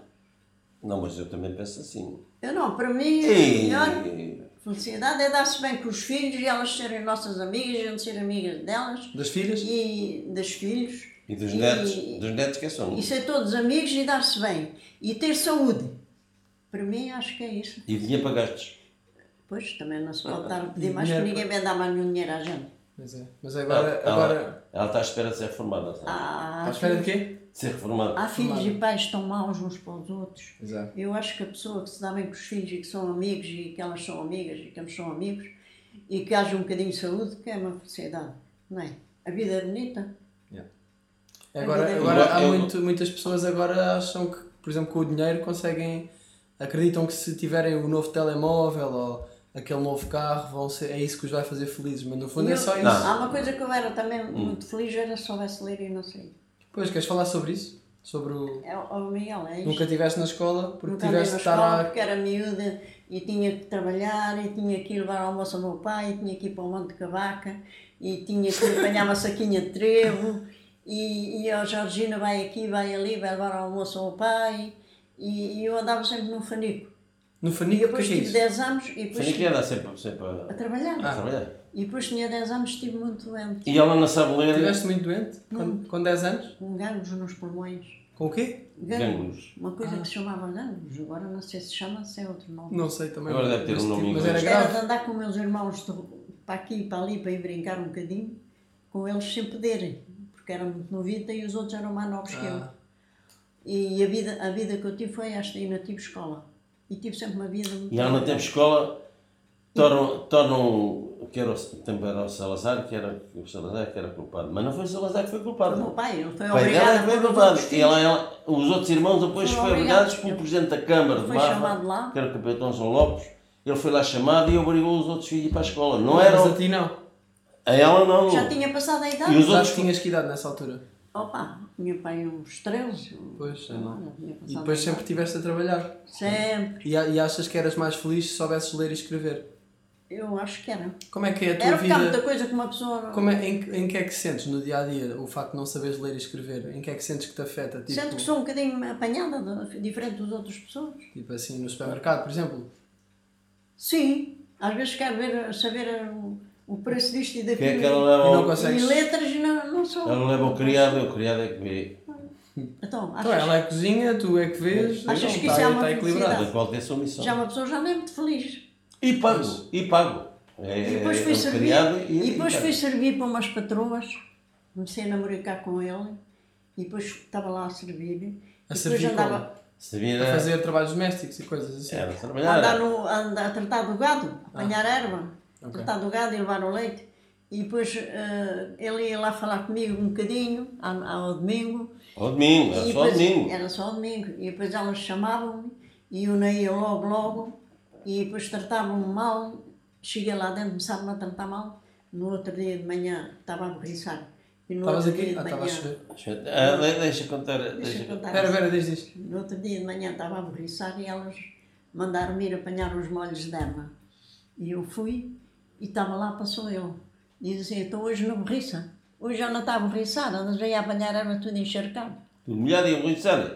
Speaker 3: Não, mas eu também penso assim.
Speaker 4: Eu não, para mim,
Speaker 3: E-
Speaker 4: a é melhor felicidade é dar-se bem com os filhos e elas serem nossas amigas, a gente ser amigas delas
Speaker 2: Das filhas?
Speaker 4: e dos filhos.
Speaker 3: E dos netos, dos netos que é só um.
Speaker 4: E ser todos amigos e dar-se bem. E ter saúde. Para mim, acho que é isso.
Speaker 3: E dinheiro para gastos.
Speaker 4: Pois, também não se pode estar a pedir mais, que
Speaker 2: Dinheiro
Speaker 4: ninguém vai dar mais nenhum dinheiro à gente.
Speaker 2: Mas é. Mas agora.
Speaker 3: ela,
Speaker 2: agora
Speaker 3: ela está à espera de ser reformada. sabe?
Speaker 4: Há,
Speaker 2: à espera de quê?
Speaker 3: De ser reformada.
Speaker 4: há filhos e pais tão maus uns para os outros.
Speaker 2: Exato.
Speaker 4: Eu acho que a pessoa que se dá bem com os filhos e que são amigos e que elas são amigas e que ambos são amigos e que haja um bocadinho de saúde, que é uma felicidade, não é? A vida é bonita.
Speaker 2: Agora,
Speaker 4: Eu-
Speaker 2: agora há
Speaker 3: eu-
Speaker 2: muito- muitas pessoas agora acham que, por exemplo, com o dinheiro conseguem. Acreditam que se tiverem o novo telemóvel ou aquele novo carro, vão ser, é isso que os vai fazer felizes. Mas no fundo é
Speaker 4: Eu-
Speaker 2: só isso. Hum.
Speaker 3: Não.
Speaker 4: Há uma coisa que eu era também muito feliz, era se soubesse ler e não sei.
Speaker 2: Pois, queres falar sobre isso? Sobre o.
Speaker 4: É, o Miguel, é isto.
Speaker 2: Nunca estiveste na escola porque
Speaker 4: Nunca andei
Speaker 2: tiveste
Speaker 4: na
Speaker 2: de
Speaker 4: escola
Speaker 2: estar lá.
Speaker 4: porque era miúda e tinha que trabalhar e tinha que ir levar almoço ao meu pai e tinha que ir para o Monte Cavaca e tinha que apanhar uma saquinha de trevo e, e a Georgina vai aqui, vai ali, vai levar almoço ao meu pai e, e eu andava sempre num fanico.
Speaker 2: No
Speaker 4: E
Speaker 2: Fanico, o que é
Speaker 4: depois
Speaker 2: que é
Speaker 4: tive
Speaker 2: isso?
Speaker 4: 10 anos e depois
Speaker 3: Sem que era Ah. sempre, sempre a,
Speaker 4: a
Speaker 3: a
Speaker 4: trabalhar.
Speaker 2: Ah.
Speaker 3: trabalhar.
Speaker 4: E depois tinha 10 anos estive muito doente,
Speaker 3: E ela não sabe ler
Speaker 2: Estiveste muito doente? Com, com 10 anos?
Speaker 4: com gangos nos pulmões.
Speaker 2: Com o quê?
Speaker 3: gângulos.
Speaker 4: Uma coisa que se chamava gangos, agora não sei se chama, se é outro nome.
Speaker 2: Não sei também.
Speaker 3: Agora deve ter um
Speaker 2: mas
Speaker 3: nome
Speaker 2: tipo-
Speaker 3: em
Speaker 2: Mas era
Speaker 3: inglês.
Speaker 4: Era de
Speaker 2: grave.
Speaker 4: andar com meus irmãos de- para aqui e para ali para ir brincar um bocadinho, com eles sem poderem, porque era muito novita e os outros eram mais novos que eu.
Speaker 2: Ah.
Speaker 4: E a vida, a vida que eu tive foi esta, e não tive escola. E tive sempre uma vida. muito
Speaker 3: E ela não
Speaker 4: boa.
Speaker 3: teve escola, tornam, tornam que era o, também era o Salazar, que era o Salazar que era culpado. Mas não foi o Salazar que foi
Speaker 4: O
Speaker 3: culpado.
Speaker 4: meu pai, ele
Speaker 3: Pai
Speaker 4: foi
Speaker 3: dela é
Speaker 4: obrigado.
Speaker 3: que foi
Speaker 4: por
Speaker 3: culpado.
Speaker 4: outros
Speaker 3: E ela, ela- os outros irmãos depois
Speaker 4: Foram
Speaker 3: foram
Speaker 4: obrigados.
Speaker 3: obrigados pelo presidente da Câmara de
Speaker 4: Foi chamado lá.
Speaker 3: Marra, que era o capitão João Lopes. Ele foi lá chamado e obrigou os outros filhos a ir para a escola. Não
Speaker 2: Mas
Speaker 3: eram.
Speaker 2: a ti não.
Speaker 3: A ela não.
Speaker 4: Já tinha passado a idade.
Speaker 3: E os
Speaker 2: Já
Speaker 3: outros.
Speaker 2: tinhas que idade nessa altura.
Speaker 4: Opa, meu pai uns 13.
Speaker 2: Pois, sei lá.
Speaker 4: já tinha
Speaker 2: E
Speaker 4: passado
Speaker 2: depois
Speaker 4: a
Speaker 2: sempre
Speaker 4: idade.
Speaker 2: estiveste a trabalhar.
Speaker 4: Sempre.
Speaker 2: E, a- e achas que eras mais feliz se soubesses ler e escrever.
Speaker 4: Eu acho que era.
Speaker 2: Como é que é a tua
Speaker 4: Era porque há muita
Speaker 2: vida?
Speaker 4: coisa que uma pessoa.
Speaker 2: Como é, em, em que é que sentes no dia a dia o facto de não saberes ler e escrever? Em que é que sentes que te afeta? Tipo,
Speaker 4: Sendo que sou um bocadinho apanhada, de- diferente das outras pessoas.
Speaker 2: tipo assim, no supermercado, por exemplo.
Speaker 4: Sim, às vezes quero ver, saber o, o preço disto e
Speaker 3: Que é
Speaker 4: daquilo.
Speaker 3: que ela leva
Speaker 2: E não
Speaker 3: ao-
Speaker 2: consegue-
Speaker 4: e letras não, não sou.
Speaker 3: Ela leva o criado, e o criado é que vê.
Speaker 4: Então, achas,
Speaker 2: Então ela é que cozinha, tu é que vês.
Speaker 4: Achas
Speaker 2: então,
Speaker 4: que
Speaker 2: tá-
Speaker 4: isso é uma
Speaker 2: tá equilibrado.
Speaker 4: felicidade?
Speaker 3: Cada qual tem a sua missão.
Speaker 4: já uma pessoa já não é muito feliz.
Speaker 3: E pago. E pago. É,
Speaker 4: E depois
Speaker 3: é
Speaker 4: fui
Speaker 3: o
Speaker 4: servir,
Speaker 3: criado
Speaker 4: e, depois
Speaker 3: pago.
Speaker 4: fui servir para umas patroas, comecei a namoricar com ele, e depois estava lá a servir.
Speaker 2: A
Speaker 4: e
Speaker 2: servir
Speaker 4: depois andava
Speaker 3: Servir
Speaker 2: A
Speaker 3: a-
Speaker 2: fazer trabalhos domésticos e coisas assim.
Speaker 3: É, Era
Speaker 4: a, andar
Speaker 3: trabalhar.
Speaker 4: no, a, andar- a tratar do gado,
Speaker 2: Ah.
Speaker 4: a apanhar erva, a tratar do gado e levar o leite. E depois eh, ele ia lá falar comigo um bocadinho, ao, ao domingo,
Speaker 3: Ao domingo,
Speaker 4: E
Speaker 3: era só ao
Speaker 4: depois- é.
Speaker 3: domingo.
Speaker 4: Era só domingo. E depois elas chamavam-me e eu não ia logo, logo. E depois tratavam-me mal. Cheguei lá dentro, começaram-me a tratar mal. No outro dia de manhã estava a borriçar. E no
Speaker 2: Estavas
Speaker 4: outro dia
Speaker 2: aqui?
Speaker 4: de
Speaker 2: Ah, estavas a
Speaker 4: manhã.
Speaker 2: chover.
Speaker 3: Ah, de- deixa contar.
Speaker 4: Deixa
Speaker 3: Deixa
Speaker 4: eu contar.
Speaker 2: Espera, espera, diz isto.
Speaker 4: No outro dia de manhã estava a borriçar e elas mandaram-me ir apanhar os molhos de erva. E eu fui e estava lá, passou ele. Diz assim, estou hoje na borriça. Hoje já não está borriçada, andas aí a apanhar era tudo encharcado.
Speaker 3: Mulher e o Rui Sérgio.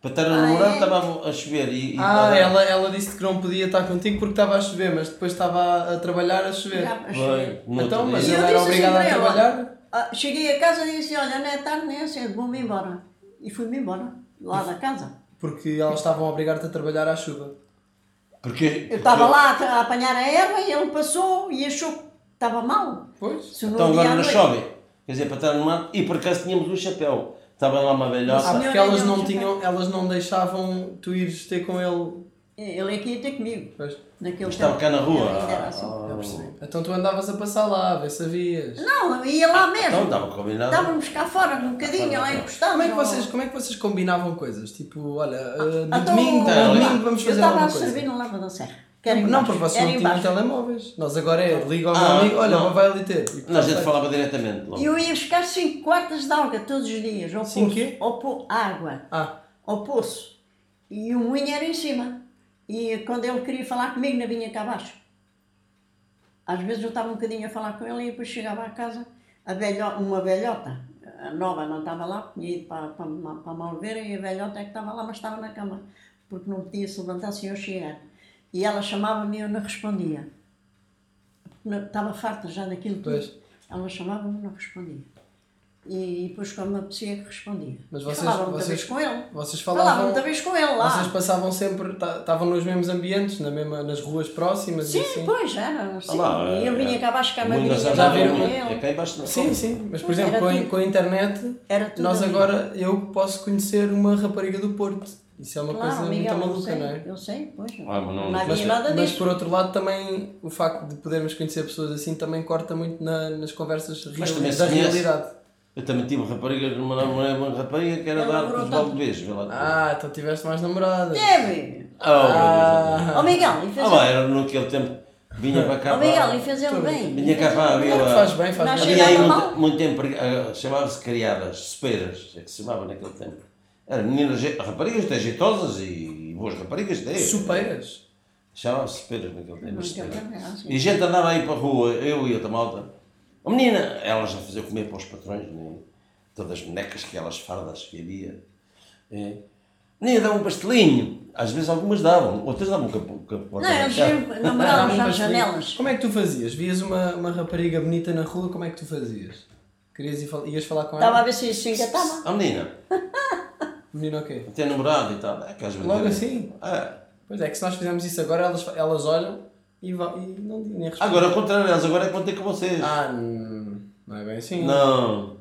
Speaker 3: Para estar a
Speaker 4: Ah,
Speaker 3: namorar
Speaker 4: é?
Speaker 3: estava a chover e. é? e
Speaker 2: Ah, ela, ela disse que não podia estar contigo porque estava a chover, mas depois estava a- a trabalhar a chover.
Speaker 4: Já achei.
Speaker 3: Bem, no outro
Speaker 2: Então, mas
Speaker 4: E
Speaker 3: dia.
Speaker 4: eu
Speaker 2: ela era
Speaker 4: disse
Speaker 2: obrigada a
Speaker 4: assim para ela,
Speaker 2: trabalhar?
Speaker 4: "Ah, cheguei a casa e disse, olha, não é tarde nem é cedo, vou-me embora. E fui-me embora, lá da casa.
Speaker 2: Porque elas estavam a obrigar-te a trabalhar à chuva.
Speaker 3: Porque.
Speaker 4: Eu estava lá a, a apanhar a erva e ele passou e achou que estava mal.
Speaker 2: Pois.
Speaker 4: Se
Speaker 3: Então
Speaker 4: um dia
Speaker 3: agora
Speaker 4: à
Speaker 3: não
Speaker 4: noite-
Speaker 3: chove. Quer dizer, para estar no mato. E por acaso tínhamos um chapéu. Estava lá uma
Speaker 2: Ah,
Speaker 3: velhosa.
Speaker 4: Sim.
Speaker 2: porque elas não
Speaker 4: tipo, é.
Speaker 2: tinham, elas não deixavam tu ires ter com ele.
Speaker 4: Ele aqui ia ter comigo.
Speaker 2: Pois.
Speaker 4: Naquele
Speaker 2: é um
Speaker 3: Mas estava
Speaker 4: tempo.
Speaker 3: cá na rua.
Speaker 4: Ainda era assim.
Speaker 3: Ah,
Speaker 2: Então tu andavas a passar lá, a ver se havias.
Speaker 4: Não, eu ia
Speaker 2: Ah,
Speaker 4: lá
Speaker 3: Então
Speaker 4: mesmo.
Speaker 3: estava combinado.
Speaker 4: Estávamos cá fora um bocadinho, lá encostados.
Speaker 2: Como é, que
Speaker 4: ao-
Speaker 2: vocês, como é que vocês combinavam coisas? Tipo, olha, ah, no
Speaker 4: Então,
Speaker 2: domingo,
Speaker 3: Então,
Speaker 2: no domingo vamos
Speaker 4: Eu
Speaker 2: fazer
Speaker 4: estava
Speaker 2: alguma
Speaker 4: a
Speaker 2: coisa.
Speaker 4: servir na Lava da Serra.
Speaker 2: Não, não, porque
Speaker 4: vocês
Speaker 2: vocês não então tinham telemóveis. Nós agora é, liga ao meu
Speaker 3: Ah,
Speaker 2: amigo, olha,
Speaker 3: não.
Speaker 2: vai ali ter. E,
Speaker 3: Não, a gente falava diretamente. logo.
Speaker 4: E eu ia buscar 5 quartas de água todos os dias. Ao
Speaker 2: Cinco
Speaker 4: poço,
Speaker 2: quê?
Speaker 4: Ao po... Água.
Speaker 2: Ah,
Speaker 4: Ao poço. E o moinho era em cima. E quando ele queria falar comigo, não vinha cá abaixo. Às vezes eu estava um bocadinho a falar com ele e depois chegava à casa, a velho- uma velhota, a nova não estava lá, tinha ido para, para, para Malveira e a velhota é que estava lá, mas estava na cama, porque não podia se levantar sem eu chegar. E ela chamava-me e eu não respondia. Não- Estava farta já daquilo tudo.
Speaker 2: Pois.
Speaker 4: Ela chamava-me e não respondia. E depois, quando me apetecia, que respondia.
Speaker 2: Mas vocês-
Speaker 4: falava muita
Speaker 2: vocês-
Speaker 4: vez com ele.
Speaker 2: vocês
Speaker 4: Falava
Speaker 2: falavam.
Speaker 4: muita vez com ele lá.
Speaker 2: Vocês passavam sempre, ta- estavam nos mesmos ambientes, na mesma, nas ruas próximas
Speaker 4: Sim,
Speaker 2: e assim.
Speaker 4: pois, era. Sim.
Speaker 3: Ah lá,
Speaker 4: e eu
Speaker 3: é-
Speaker 4: vinha cá abaixo com a
Speaker 3: Mundo
Speaker 4: minha
Speaker 3: das
Speaker 2: já
Speaker 3: Árvores
Speaker 2: viram
Speaker 3: é
Speaker 4: com
Speaker 3: muito-
Speaker 4: ele.
Speaker 3: É cá embaixo não.
Speaker 2: Sim, sim, mas por
Speaker 4: Era
Speaker 2: exemplo, com a,
Speaker 4: tudo.
Speaker 2: com a internet,
Speaker 4: Era tudo
Speaker 2: nós
Speaker 4: ali.
Speaker 2: agora, eu posso conhecer uma rapariga do Porto. Isso é uma coisa
Speaker 4: Miguel,
Speaker 2: muito
Speaker 4: eu
Speaker 2: maluca,
Speaker 4: sei,
Speaker 2: não é?
Speaker 4: Eu sei, pois.
Speaker 3: Ah, mas não-
Speaker 4: não havia
Speaker 3: Mas-
Speaker 4: nada
Speaker 2: Mas
Speaker 4: disso.
Speaker 2: por outro lado, também o facto de podermos conhecer pessoas assim também corta muito na- nas conversas real-
Speaker 3: também se
Speaker 2: da
Speaker 3: conhece.
Speaker 2: realidade.
Speaker 3: Eu também tive raparigas, uma namorada, uma rapariga que era
Speaker 4: Ela
Speaker 3: dar
Speaker 4: namorou
Speaker 3: futebol de
Speaker 4: tanto.
Speaker 3: beijo. vê lá tu.
Speaker 2: Ah, então tiveste mais namoradas.
Speaker 4: É. Teve!
Speaker 3: Ah,
Speaker 4: Ó Miguel, e fez um-
Speaker 3: Ah, lá, era naquele tempo. Vinha para cá.
Speaker 4: Ó Miguel,
Speaker 3: para-
Speaker 4: e fez um- ele
Speaker 2: Tudo
Speaker 4: bem.
Speaker 3: Vinha cá para a
Speaker 2: Claro que
Speaker 3: vila.
Speaker 2: faz bem, faz
Speaker 4: Nós
Speaker 2: bem.
Speaker 3: Havia aí
Speaker 4: Cheirava
Speaker 3: muito,
Speaker 4: mal.
Speaker 3: muito emprego, ah, chamava-se criadas, sopeiras, é que se chamava naquele tempo. Eram meninas, je- raparigas até jeitosas e boas raparigas até.
Speaker 2: Supeiras.
Speaker 3: Chamava-se sopeiras naquele tempo.
Speaker 4: Naquele
Speaker 3: sopeiras.
Speaker 4: tempo era assim.
Speaker 3: E a gente andava aí para a rua, eu e outra malta. A menina, elas a fazer comer para os patrões, né? todas as bonecas que elas fardas que havia. É. Menina, dá um pastelinho. Às vezes algumas davam, outras davam um capo- capo-
Speaker 4: Não, um eles iam- namoravam já janelas.
Speaker 2: Como é que tu fazias? Vias uma, uma rapariga bonita na rua, como é que tu fazias? Querias ir, fal- ias falar com
Speaker 4: Estava a
Speaker 2: ela?
Speaker 4: ver se isso se engatava.
Speaker 3: A menina,
Speaker 2: Menino o quê?
Speaker 3: até namorado e tal. É que às vezes-
Speaker 2: Logo assim?
Speaker 3: É.
Speaker 2: Pois é, que se nós fizermos isso agora, elas, elas olham e, vão, e não nem respondem.
Speaker 3: Agora, ao contrário, elas agora é que vão ter com vocês.
Speaker 2: Ah, hum, não é bem assim.
Speaker 3: Não.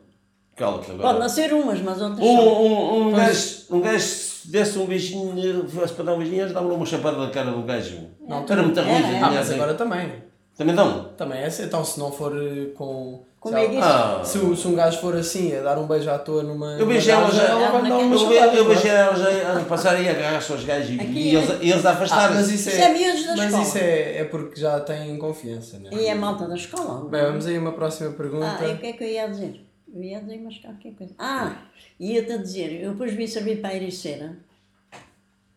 Speaker 3: Cala-te
Speaker 4: Pode
Speaker 3: agora.
Speaker 4: nascer umas, mas outras
Speaker 3: Um,
Speaker 4: são.
Speaker 3: um, um, gajo, um gajo, se desse um beijinho, fosse para dar um beijinho, eles davam uma chapada na cara do gajo.
Speaker 2: Não,
Speaker 3: era muito ruim.
Speaker 4: era,
Speaker 3: gente,
Speaker 4: era.
Speaker 2: Ah,
Speaker 3: era
Speaker 2: mas
Speaker 3: assim.
Speaker 2: agora também.
Speaker 3: Também dão?
Speaker 2: Também é assim. Então, se não for eh, com.
Speaker 4: Com
Speaker 2: sei lá,
Speaker 4: meiguinho.
Speaker 3: Ah.
Speaker 2: se, o- se um gajo for assim, a dar um beijo à toa numa.
Speaker 3: Eu beijei
Speaker 2: numa
Speaker 3: ela já.
Speaker 2: gaja, ela vai dar uma
Speaker 3: Eu,
Speaker 2: chapada,
Speaker 3: be- eu
Speaker 2: não é?
Speaker 3: beijei ela já a passar e agarrar-se aos gajos e,
Speaker 4: Aqui
Speaker 3: e eles, e eles a
Speaker 2: Ah, mas
Speaker 3: afastarem-se.
Speaker 2: isso é.
Speaker 4: Isso é miúdos da
Speaker 2: mas
Speaker 4: escola.
Speaker 2: isso é, é porque já têm confiança,
Speaker 3: um.
Speaker 2: né?
Speaker 4: E a malta da escola.
Speaker 2: Bem, vamos aí a uma próxima pergunta.
Speaker 4: Ah, e o que é que eu ia dizer? Eu ia dizer mais qualquer coisa. Ah, ia-te a dizer, eu depois vim servir para a Ericeira.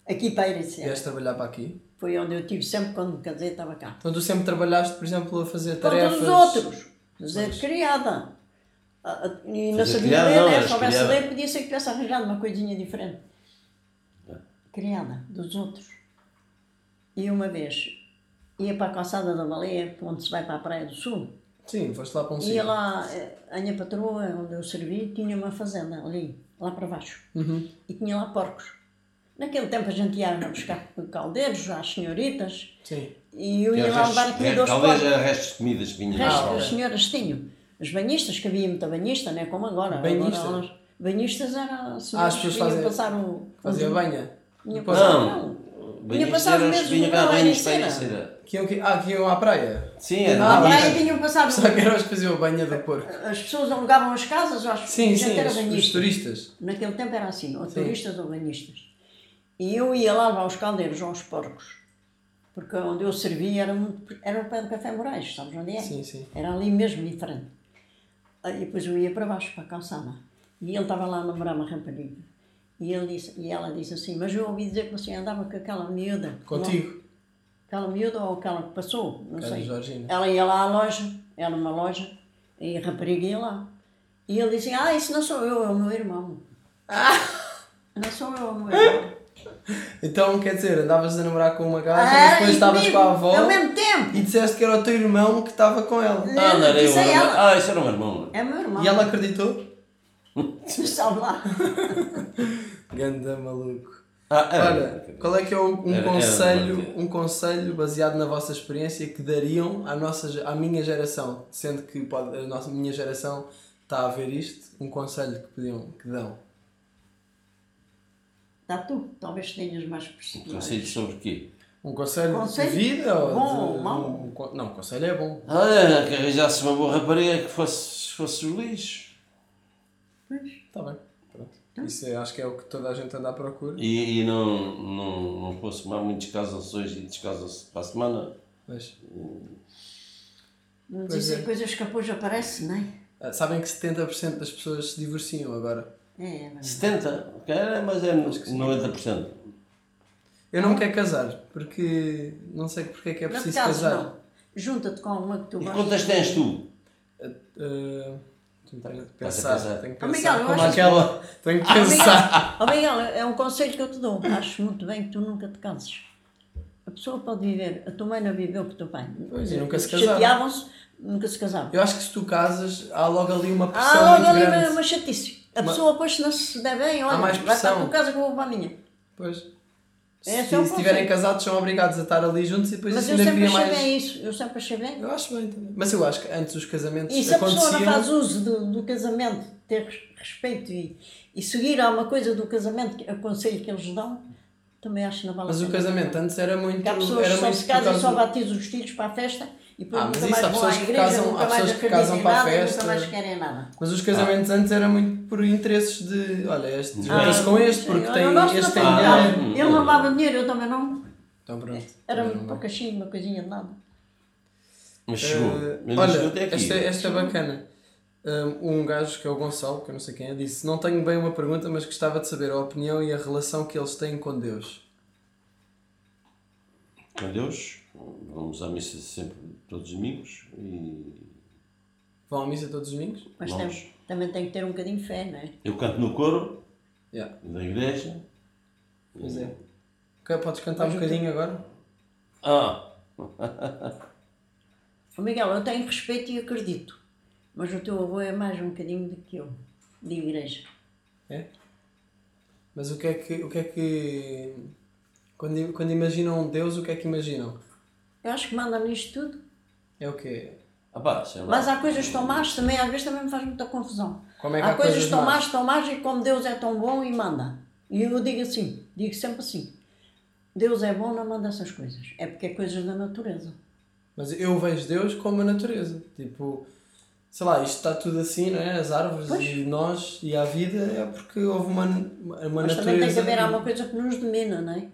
Speaker 4: Aqui para a Ericeira.
Speaker 2: Vieste trabalhar para aqui?
Speaker 4: Foi onde eu tive sempre quando me casei, estava cá.
Speaker 2: Então, tu sempre trabalhaste, por exemplo, a fazer
Speaker 4: Contra
Speaker 2: tarefas.
Speaker 4: os outros. Dizer criada. Ah, ah, E não
Speaker 3: Fazer
Speaker 4: sabia
Speaker 3: criada,
Speaker 4: ler,
Speaker 3: não,
Speaker 4: né?
Speaker 3: eras
Speaker 4: Se soubesse
Speaker 3: criada.
Speaker 4: ler, podia ser que tivesse arranjado uma coisinha diferente.
Speaker 3: Tá.
Speaker 4: Criada, dos outros. E uma vez ia para a calçada da Baleia, onde se vai para a Praia do Sul,
Speaker 2: Sim, foste lá para um
Speaker 4: e ia
Speaker 2: sítio.
Speaker 4: lá, eh, a minha patroa, onde eu servi, tinha uma fazenda ali, lá para baixo.
Speaker 2: Uhum.
Speaker 4: E tinha lá porcos. Naquele tempo a gente ia buscar caldeiros às senhoritas,
Speaker 2: Sim.
Speaker 4: e eu
Speaker 3: Que
Speaker 4: ia
Speaker 3: era
Speaker 4: lá
Speaker 3: restos-
Speaker 4: levar
Speaker 2: é,
Speaker 4: comida aos
Speaker 3: Talvez
Speaker 4: porcos.
Speaker 3: era restos de comidas que vinham.
Speaker 4: Resto,
Speaker 2: Ah, ok.
Speaker 4: as senhoras tinham. Os banhistas, que havia muita banhista, não é como agora.
Speaker 2: Banhista?
Speaker 4: Agora, elas- banhistas era
Speaker 2: Ah,
Speaker 4: senhoras
Speaker 2: as
Speaker 4: que
Speaker 2: pessoas
Speaker 4: vinham
Speaker 2: fazem-
Speaker 4: passar o...
Speaker 2: Fazia
Speaker 4: o-
Speaker 2: banha.
Speaker 4: Vinham
Speaker 2: Não.
Speaker 4: passar o verão. Vinham
Speaker 3: Vinha
Speaker 4: passar os meses do
Speaker 3: Vinha cá,
Speaker 4: verão à
Speaker 3: vinhos para a
Speaker 4: Ericeira.
Speaker 3: Ericeira.
Speaker 2: Que iam, que, ah, que iam à praia.
Speaker 3: Sim, era.
Speaker 2: Ah,
Speaker 4: À
Speaker 2: mas-
Speaker 4: praia tinham passado...
Speaker 2: Só que eram os que faziam a banha do porco.
Speaker 4: As pessoas alugavam as casas aos...
Speaker 2: Sim,
Speaker 4: gente
Speaker 2: sim,
Speaker 4: era
Speaker 2: os, os
Speaker 4: banhista.
Speaker 2: turistas.
Speaker 4: Naquele tempo era assim, ou turistas ou banhistas. E eu ia lá levar os caldeiros aos porcos. Porque onde eu servia era, muito, era o pé do Café Moraes, sabes onde é?
Speaker 2: Sim, sim.
Speaker 4: Era ali mesmo, em frente. Aí depois eu ia para baixo, para a calçada. E ele estava lá a namorar uma rapariga. E, ele disse, e ela disse assim, mas eu ouvi dizer que você andava com aquela miúda.
Speaker 2: Contigo.
Speaker 4: Não, aquela miúda ou aquela que passou, não
Speaker 2: Era
Speaker 4: sei.
Speaker 2: Georgina.
Speaker 4: Ela ia lá à loja, era uma loja, e a rapariga ia lá. E ele dizia, ah, isso não sou eu, é o meu irmão.
Speaker 2: Ah!
Speaker 4: Não sou eu, é o meu irmão.
Speaker 2: Então, quer dizer, andavas a namorar com uma gaja,
Speaker 4: Ah,
Speaker 2: mas depois
Speaker 4: e
Speaker 2: estavas
Speaker 4: comigo,
Speaker 2: com a avó
Speaker 4: Ao mesmo tempo.
Speaker 2: e disseste que era o teu irmão que estava com ela.
Speaker 3: Ah, não era eu.
Speaker 4: Isso é
Speaker 3: era-
Speaker 4: ela.
Speaker 3: Ah, isso era o meu irmão.
Speaker 4: É meu irmão.
Speaker 2: E ela acreditou?
Speaker 4: Sabe lá.
Speaker 2: Ganda maluco.
Speaker 3: Ah, era.
Speaker 2: Olha, qual é que é o- um,
Speaker 3: Era- era
Speaker 2: conselho,
Speaker 3: uma-
Speaker 2: um conselho baseado na vossa experiência que dariam à, nossa, ge- à minha geração? Sendo que pode, a nossa, minha geração está a ver isto, um conselho que pediam, que dão.
Speaker 4: Dá tu, talvez tenhas mais possibilidades.
Speaker 3: Conselhos sobre quê?
Speaker 2: Um conselho,
Speaker 4: Conselho?
Speaker 2: de vida? ou
Speaker 4: Bom,
Speaker 2: de-
Speaker 4: mau?
Speaker 2: um con- não, um conselho é bom.
Speaker 3: Ah, era que arranjasse uma boa rapariga que fosse, fosse feliz.
Speaker 4: Pois.
Speaker 2: Está Tá bem, pronto.
Speaker 4: Ah.
Speaker 2: Isso é- acho que é o que toda a gente anda à procura.
Speaker 3: E, e não, não, não fosse mais muitos casos hoje e descasam-se para a semana.
Speaker 2: Mas,
Speaker 4: Não
Speaker 2: Pois
Speaker 4: dizem
Speaker 2: é.
Speaker 4: coisas que depois aparecem, não é?
Speaker 2: ah, sabem que 70% das pessoas se divorciam agora.
Speaker 4: É, é verdade.
Speaker 3: 70, ok, era, mas é 90%.
Speaker 2: Eu não me quero casar, porque não sei porque é que é
Speaker 4: Não te
Speaker 2: preciso
Speaker 4: cases,
Speaker 2: casar.
Speaker 4: não. Junta-te com uma que tu
Speaker 3: E
Speaker 4: gostas.
Speaker 3: quantas tens tu?
Speaker 2: Ah, tenho que
Speaker 3: Estás a
Speaker 2: pensar,
Speaker 3: pensar.
Speaker 2: tenho que pensar.
Speaker 4: Oh, Miguel, eu
Speaker 2: como
Speaker 4: acho-
Speaker 2: aquela, tenho que
Speaker 4: Ah,
Speaker 2: pensar.
Speaker 4: Miguel, oh, Miguel, é um conselho que eu te dou. Acho muito bem que tu nunca te canses. A pessoa pode viver, a tua mãe não viveu com o teu pai.
Speaker 2: Pois, e nunca se casaram.
Speaker 4: Chateavam-se, nunca se casavam.
Speaker 2: Eu acho que se tu casas, há logo ali uma pressão
Speaker 4: Ah, logo
Speaker 2: muito
Speaker 4: ali
Speaker 2: grande.
Speaker 4: uma, uma chatice. A
Speaker 2: Mas-
Speaker 4: pessoa, pois, se não se der bem, olha,
Speaker 2: mais
Speaker 4: vai estar
Speaker 2: pressão.
Speaker 4: com casa que eu vou para a minha.
Speaker 2: Pois.
Speaker 4: Esse
Speaker 2: se
Speaker 4: é o
Speaker 2: estiverem
Speaker 4: conselho.
Speaker 2: casados, são obrigados a estar ali juntos e depois
Speaker 4: Mas
Speaker 2: isso
Speaker 4: eu
Speaker 2: ainda
Speaker 4: sempre
Speaker 2: cria
Speaker 4: achei
Speaker 2: mais.
Speaker 4: bem isso. Eu sempre achei bem.
Speaker 2: Eu acho bem também. Mas eu acho que antes os casamentos
Speaker 4: E se a pessoa
Speaker 2: aconteciam.
Speaker 4: não faz uso do, do casamento, ter res- respeito e, e seguir alguma coisa do casamento, que- é o conselho que eles dão, também acho que não vale a
Speaker 2: Mas o
Speaker 4: pena.
Speaker 2: casamento antes era muito.
Speaker 4: Porque há pessoas
Speaker 2: era
Speaker 4: que só
Speaker 2: muito
Speaker 4: se
Speaker 2: por
Speaker 4: casam e
Speaker 2: causa
Speaker 4: só
Speaker 2: do-
Speaker 4: batizam os filhos para a festa e depois
Speaker 2: Ah, mas
Speaker 4: nunca
Speaker 2: isso,
Speaker 4: mais
Speaker 2: há
Speaker 4: vão à
Speaker 2: pessoas que
Speaker 4: igreja,
Speaker 2: casam-
Speaker 4: nunca
Speaker 2: há
Speaker 4: mais
Speaker 2: pessoas que
Speaker 4: acreditam
Speaker 2: casam
Speaker 4: em
Speaker 2: para a
Speaker 4: nada,
Speaker 2: festa.
Speaker 4: nunca mais querem nada.
Speaker 2: Mas os casamentos antes era muito por interesses de. Olha, este junta-se
Speaker 4: Ah,
Speaker 2: com este porque
Speaker 4: sim,
Speaker 2: tem.
Speaker 4: o nosso
Speaker 2: este tem
Speaker 4: não
Speaker 3: namorado.
Speaker 2: dinheiro.
Speaker 4: pagava. Ele não dava dinheiro, eu também não.
Speaker 2: Então pronto.
Speaker 4: Era
Speaker 2: Não,
Speaker 4: um
Speaker 2: não.
Speaker 4: poucachinho, uma coisinha de nada.
Speaker 3: Mas chegou.
Speaker 2: Eh,
Speaker 3: mas não chegou até
Speaker 2: olha,
Speaker 3: aqui.
Speaker 2: esta, esta é bacana. Um, um gajo que é o Gonçalo, que eu não sei quem é, disse: Não tenho bem uma pergunta, mas gostava de saber a opinião e a relação que eles têm com Deus. é-
Speaker 3: Com Deus, vamos à missa sempre, todos os domingos. E
Speaker 2: Vão à missa todos os domingos?
Speaker 4: Mas
Speaker 3: Nós.
Speaker 4: tem- também tem que ter um bocadinho de fé, não é?
Speaker 3: eu canto no coro
Speaker 2: Yeah,
Speaker 3: da igreja.
Speaker 2: pois é. Ok, Podes cantar um
Speaker 4: Mas eu
Speaker 2: bocadinho agora?
Speaker 3: Ah,
Speaker 4: Ô Miguel, eu tenho respeito e acredito, mas o teu avô é mais um bocadinho do que eu, de igreja.
Speaker 2: É? Mas o que é que. O que, é que quando, im- quando imaginam Deus, o que é que imaginam?
Speaker 4: Eu acho que manda nisto tudo.
Speaker 2: É o quê?
Speaker 3: apá, sei lá.
Speaker 4: Mas há coisas tão más também, às vezes também me faz muita confusão.
Speaker 2: Como é que há
Speaker 4: há coisas,
Speaker 2: coisas
Speaker 4: tão
Speaker 2: más?
Speaker 4: más, tão más, e como Deus é tão bom e manda. E eu digo assim, digo sempre assim: Deus é bom, não manda essas coisas. É porque é coisas da natureza.
Speaker 2: Mas eu vejo Deus como a natureza. Tipo, sei lá, isto está tudo assim, não é? As árvores
Speaker 4: Pois.
Speaker 2: e nós e a vida é porque houve uma, uma
Speaker 4: mas
Speaker 2: natureza.
Speaker 4: também tem que haver alguma coisa que nos domina, não é?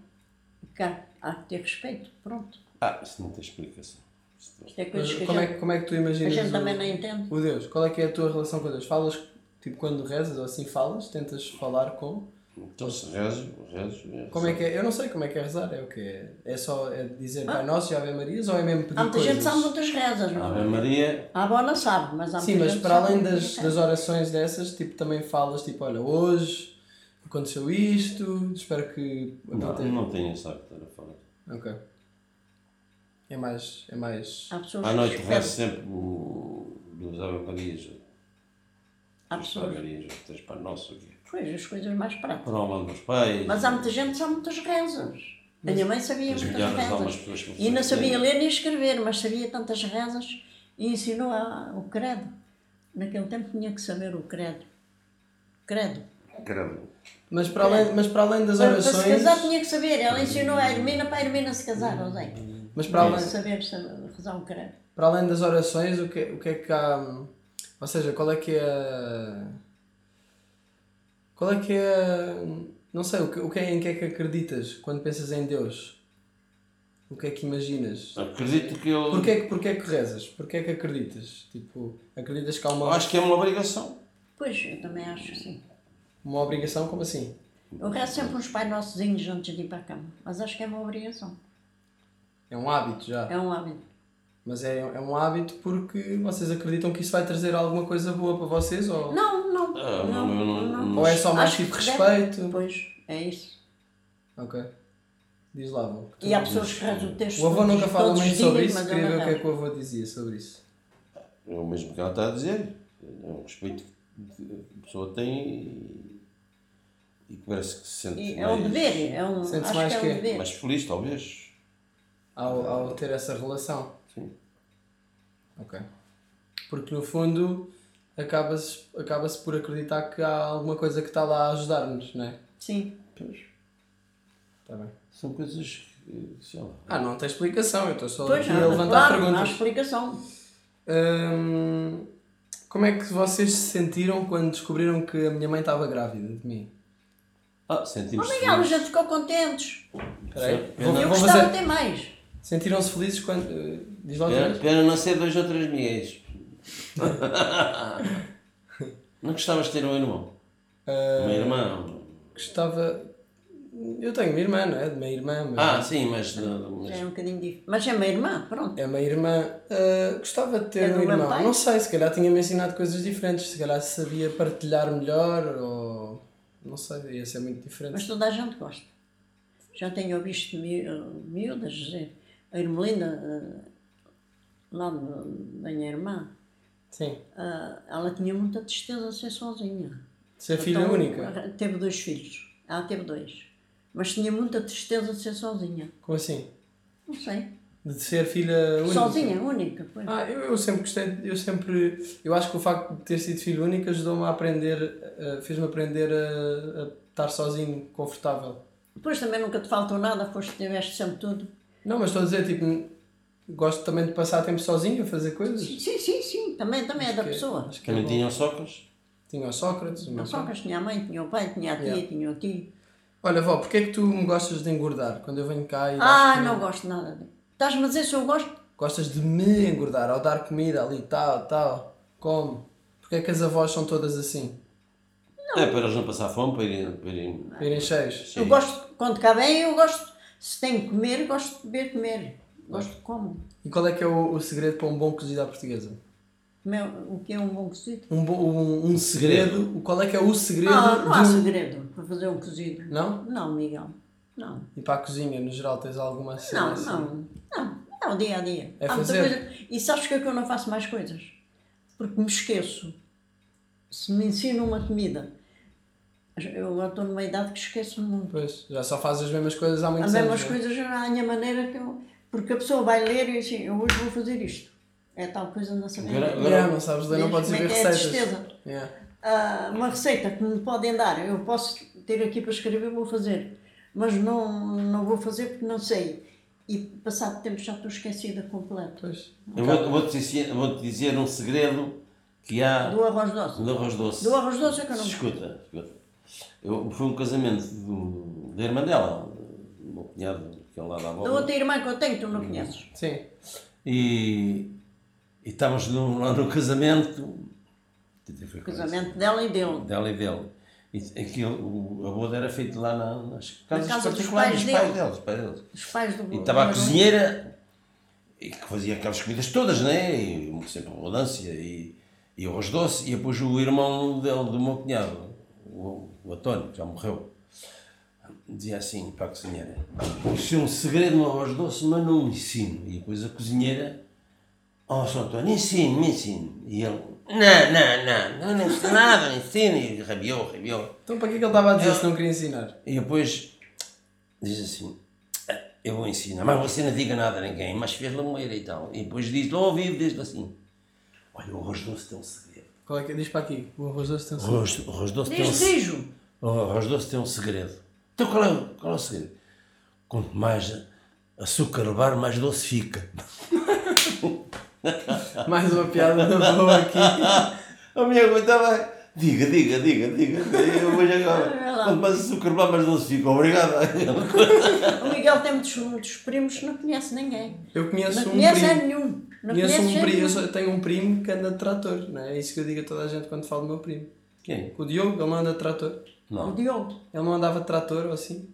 Speaker 4: Porque há, há que ter respeito, pronto.
Speaker 3: Ah, isso não tem explicação. Isto-
Speaker 4: Isto é coisas
Speaker 2: Mas
Speaker 4: que a
Speaker 2: como, é,
Speaker 4: gente,
Speaker 2: que- como é que tu
Speaker 4: a
Speaker 2: imaginas
Speaker 4: gente
Speaker 2: o,
Speaker 4: também não entende.
Speaker 2: o Deus? Qual é que é a tua relação com Deus? Falas, tipo, quando rezas ou assim falas? Tentas falar com?
Speaker 3: Então se rezo, rezo. rezo.
Speaker 2: Como é que é? Eu não sei como é que é rezar. É o quê? É só é dizer Pai Nosso e Ave Marias ou é mesmo pedir
Speaker 4: Ah. Há muita
Speaker 2: coisas? Ah,
Speaker 4: gente que sabe muitas rezas, não é?
Speaker 3: Ave Maria,
Speaker 4: A avó não sabe, mas há
Speaker 2: Sim,
Speaker 4: muita
Speaker 2: mas
Speaker 4: gente
Speaker 2: para
Speaker 4: que
Speaker 2: além
Speaker 4: sabe
Speaker 2: das,
Speaker 4: muitas
Speaker 2: das orações dessas, tipo, também falas, tipo, olha, hoje aconteceu isto, espero que
Speaker 3: não,
Speaker 2: aconteça.
Speaker 3: não tenho essa que estar a falar.
Speaker 2: Ok. É mais. É mais.
Speaker 4: Há pessoas
Speaker 3: À noite
Speaker 4: que
Speaker 3: rezo
Speaker 4: respeitam.
Speaker 3: sempre o- duas Ave Marias, ou
Speaker 4: Há
Speaker 3: três Ave
Speaker 4: pessoas.
Speaker 3: Marias, ou três Pai Nosso. ou o quê?
Speaker 4: Pois, as coisas mais práticas.
Speaker 3: Por alma dos pais.
Speaker 4: Mas há muita gente que sabe muitas rezas. A minha mãe sabia
Speaker 3: As
Speaker 4: muitas
Speaker 3: milhares de almas
Speaker 4: rezas.
Speaker 3: pessoas que
Speaker 4: E não
Speaker 3: você
Speaker 4: sabia
Speaker 3: tem.
Speaker 4: ler nem escrever, mas sabia tantas rezas e ensinou a- o credo. Naquele tempo tinha que saber o credo. Credo.
Speaker 3: Credo.
Speaker 2: Mas para além, mas para além das
Speaker 4: Para, para
Speaker 2: orações.
Speaker 4: se casar tinha que saber. Ela ensinou a Hermina para a Hermina se casar, não sei.
Speaker 2: Mas para além,
Speaker 4: Saber saber rezar um credo.
Speaker 2: para além das orações, o que, o que é que há. hum, Ou seja, qual é que é. a- Qual é que é. hum, Não sei, o que, o que é, em que é que acreditas quando pensas em Deus? O que é que imaginas?
Speaker 3: Acredito que eu.
Speaker 2: Porquê, que- porquê que rezas? Porquê que acreditas? Tipo, acreditas que há uma,
Speaker 3: Acho que é uma obrigação.
Speaker 4: Pois, eu também acho que sim.
Speaker 2: uma obrigação? Como assim?
Speaker 4: Eu rezo sempre uns Pai Nossozinhos antes de ir para a cama, mas acho que é uma obrigação.
Speaker 2: É um hábito já.
Speaker 4: É um hábito.
Speaker 2: Mas é, é um hábito porque vocês acreditam que isso vai trazer alguma coisa boa para vocês? Ou,
Speaker 4: Não, não.
Speaker 3: Ah,
Speaker 4: não,
Speaker 3: eu não-
Speaker 4: não.
Speaker 3: não-
Speaker 2: ou é só mais
Speaker 4: Acho
Speaker 2: tipo
Speaker 4: que
Speaker 2: respeito?
Speaker 4: Pois, é isso.
Speaker 2: Ok. Diz lá, avô.
Speaker 4: E há pessoas que rezam o texto.
Speaker 2: O avô
Speaker 4: todos-
Speaker 2: nunca fala
Speaker 4: todos os
Speaker 2: muito sobre
Speaker 4: dias,
Speaker 2: isso,
Speaker 4: mas
Speaker 2: queria
Speaker 4: eu
Speaker 2: ver o
Speaker 4: não
Speaker 2: que é
Speaker 4: rezo.
Speaker 2: que o avô dizia sobre isso.
Speaker 3: É o mesmo que ela está a dizer. É um respeito que a pessoa tem e, e parece que se sente
Speaker 4: E
Speaker 3: mais,
Speaker 4: É um dever, é um,
Speaker 2: Sente-se
Speaker 4: acho
Speaker 2: mais
Speaker 4: que
Speaker 2: que-
Speaker 4: é um dever.
Speaker 3: mais feliz, talvez.
Speaker 2: Ao, ao ter essa relação.
Speaker 3: Sim.
Speaker 2: Ok. Porque no fundo acaba-se acaba por acreditar que há alguma coisa que está lá a ajudar-nos, não é?
Speaker 4: Sim.
Speaker 2: Está bem.
Speaker 3: São coisas que, sei lá.
Speaker 2: Ah, não tem explicação, eu estou só
Speaker 4: Pois,
Speaker 2: aqui
Speaker 4: não,
Speaker 2: a levantar
Speaker 4: claro, não há
Speaker 2: perguntas.
Speaker 4: explicação.
Speaker 2: Hum, como é que vocês se sentiram quando descobriram que a minha mãe estava grávida de mim?
Speaker 3: Ah, sentimos
Speaker 4: Oh, Miguel, a gente ficou contentes.
Speaker 2: Espera aí.
Speaker 3: Sim.
Speaker 2: Vou,
Speaker 4: Eu
Speaker 2: vou
Speaker 4: gostava
Speaker 2: fazer.
Speaker 4: até mais.
Speaker 2: Sentiram-se felizes quando. eh, Diz lá outra
Speaker 3: Espera,
Speaker 2: vez.
Speaker 3: espera não ser dois ou três Miguéis. não gostavas de ter um irmão?
Speaker 2: Ah.
Speaker 3: Uma irmã? um-
Speaker 2: Gostava. Eu tenho uma irmã, não é? De uma irmã. Mas...
Speaker 3: Ah, sim, mas. não-
Speaker 4: Já
Speaker 3: mas-
Speaker 4: É um bocadinho difícil. Mas é minha irmã, pronto.
Speaker 2: É uma irmã. ah, gostava de ter
Speaker 4: É do
Speaker 2: um
Speaker 4: meu
Speaker 2: irmão.
Speaker 4: pai?
Speaker 2: Não sei, se calhar tinha-me ensinado coisas diferentes. Se calhar sabia partilhar melhor ou. Não sei, ia ser muito
Speaker 4: Mas
Speaker 2: diferente.
Speaker 4: toda a gente gosta. Já tenho visto mi- eh, miúdas dizer. A Irmelinda, eh, lá de- da minha irmã,
Speaker 2: Sim.
Speaker 4: eh, ela tinha muita tristeza de ser sozinha.
Speaker 2: Ser filha
Speaker 4: Então,
Speaker 2: única.
Speaker 4: Teve dois filhos. Ela teve dois. Mas tinha muita tristeza de ser sozinha.
Speaker 2: Como assim?
Speaker 4: Não sei.
Speaker 2: De ser filha É única.
Speaker 4: Sozinha, única. pois.
Speaker 2: Ah, eu, eu sempre gostei, de- eu sempre, eu acho que o facto de ter sido filho único ajudou-me a aprender, eh, fez-me aprender a, a estar sozinho, confortável.
Speaker 4: Depois também nunca te faltou nada, foste, tiveste sempre tudo.
Speaker 2: Não, mas estou a dizer, tipo, gosto também de passar tempo sozinho a fazer coisas.
Speaker 4: Sim, sim, sim. Também, também é da
Speaker 2: Que-
Speaker 4: pessoa.
Speaker 2: Acho que
Speaker 3: Também
Speaker 2: não
Speaker 3: tinham socas?
Speaker 2: Tinha o Sócrates, o meu
Speaker 4: Não só
Speaker 2: pai.
Speaker 4: que tinha a mãe, tinha o pai, tinha a tia,
Speaker 2: Yeah.
Speaker 4: tinha o tio.
Speaker 2: Olha, vó, porquê é que tu me gostas de engordar? Quando eu venho cá e acho
Speaker 4: Ah,
Speaker 2: que
Speaker 4: não gosto nada. de- Estás-me a dizer se eu gosto?
Speaker 2: gostas de me engordar, ao dar comida ali, tal, tal, como? Porquê é que as avós são todas assim?
Speaker 3: É, para eles não passar fome, para irem. Para irem...
Speaker 2: Para irem cheios?
Speaker 3: Sim.
Speaker 4: Eu gosto, quando cá vem, eu gosto. Se tenho que comer, gosto de beber, comer. Gosto de como.
Speaker 2: E qual é que é o, o segredo para um bom cozido à portuguesa?
Speaker 4: Comer o que é um bom cozido?
Speaker 2: um, bo- um, um segredo. Qual é que é o segredo?
Speaker 4: Ah, não há
Speaker 2: de um-
Speaker 4: segredo para fazer um cozido.
Speaker 2: Não?
Speaker 4: Não, Miguel. Não.
Speaker 2: E para a cozinha, no geral, tens alguma assim?
Speaker 4: Não, não. Não. É o dia a dia.
Speaker 2: É
Speaker 4: Há muita
Speaker 2: fazer.
Speaker 4: coisa- E sabes que é que eu não faço mais coisas? Porque me esqueço. Se me ensino uma comida, eu agora estou numa idade que esqueço-me muito.
Speaker 2: Pois, já só fazes as mesmas coisas há
Speaker 4: As
Speaker 2: muitos anos.
Speaker 4: mesmas
Speaker 2: não é?
Speaker 4: coisas já à minha maneira que eu. Porque a pessoa vai ler e assim, eu hoje vou fazer isto. É tal coisa na
Speaker 3: Gra-
Speaker 4: sabedoria.
Speaker 3: gra-
Speaker 2: Yeah, não sabes ler, não
Speaker 4: Vês
Speaker 2: podes
Speaker 4: como é
Speaker 2: ver
Speaker 4: que é a
Speaker 2: receitas.
Speaker 4: tristeza?
Speaker 2: Yeah.
Speaker 4: Ah, uma receita que me podem dar, eu posso ter aqui para escrever, vou fazer, mas não, não vou fazer porque não sei. E passado tempo já estou esquecida completa.
Speaker 2: Pois.
Speaker 3: Eu vou- vou-te dizer, vou dizer um segredo que há
Speaker 4: Do arroz doce.
Speaker 3: do arroz doce.
Speaker 4: Do arroz doce é que eu não me
Speaker 3: Escuta, escuta. Eu, foi um casamento do, da irmã dela, do meu cunhado, que é lá da
Speaker 4: Da
Speaker 3: avó.
Speaker 4: outra irmã que eu tenho, tu não conheces.
Speaker 2: Sim.
Speaker 3: E, e estávamos no- lá no casamento.
Speaker 4: O casamento dela e dele.
Speaker 3: Dela e dele. E aquilo, o- a boda era feita lá na, nas casas
Speaker 4: casa dos
Speaker 3: particulares
Speaker 4: pais
Speaker 3: dos pais
Speaker 4: dele.
Speaker 3: deles. pais deles.
Speaker 4: Os pais do
Speaker 3: E estava a
Speaker 4: do-
Speaker 3: cozinheira e que fazia aquelas comidas todas, né? E sempre abundância e, e arroz doce. E depois o irmão dele, do meu cunhado, o, o António, que já morreu, dizia assim para a cozinheira: Isso é um segredo no arroz doce, mas não me ensino. E depois a cozinheira. Oh, Sr. António, ensine, me ensine. E ele, não, não, não, não, não ensino nada, não ensino. E rabiou, rabiou.
Speaker 2: Então para que é que ele estava a dizer se não queria ensinar?
Speaker 3: E depois diz assim: "Ah, Eu vou ensinar, mas você não diga nada a ninguém, mas fez lamoeira e tal. E depois diz: Lá ao vivo, diz assim: Olha, o arroz doce tem um segredo.
Speaker 2: Qual é que... Diz para aqui. O arroz doce tem um
Speaker 3: O
Speaker 2: segredo.
Speaker 3: arroz, o arroz doce tem um
Speaker 4: Diz,
Speaker 3: segredo.
Speaker 4: diz
Speaker 3: O arroz doce tem um segredo. Então qual é, o- qual é o segredo? Quanto mais açúcar levar, mais doce fica.
Speaker 2: Mais uma piada boa aqui.
Speaker 3: A minha mãe estava. então Diga, diga, diga, diga. Eu vou
Speaker 4: Vai
Speaker 3: agora.
Speaker 4: lá.
Speaker 3: Quanto mais açúcar levar, mais doce fica. Obrigado.
Speaker 4: O Miguel tem muitos, muitos primos, não conhece ninguém.
Speaker 2: Eu
Speaker 4: Não
Speaker 2: conheço um
Speaker 4: conhece é
Speaker 2: primo.
Speaker 4: nenhum. Não
Speaker 2: Conheço um
Speaker 4: conhece é
Speaker 2: primo. Eu
Speaker 4: nenhum.
Speaker 2: só- eu tenho um primo que anda de trator. Não é? é isso que eu digo a toda a gente quando falo do meu primo.
Speaker 3: Quem?
Speaker 2: O Diogo, ele não anda de trator.
Speaker 4: O
Speaker 3: Não.
Speaker 4: Diogo.
Speaker 2: Ele não andava de trator ou assim?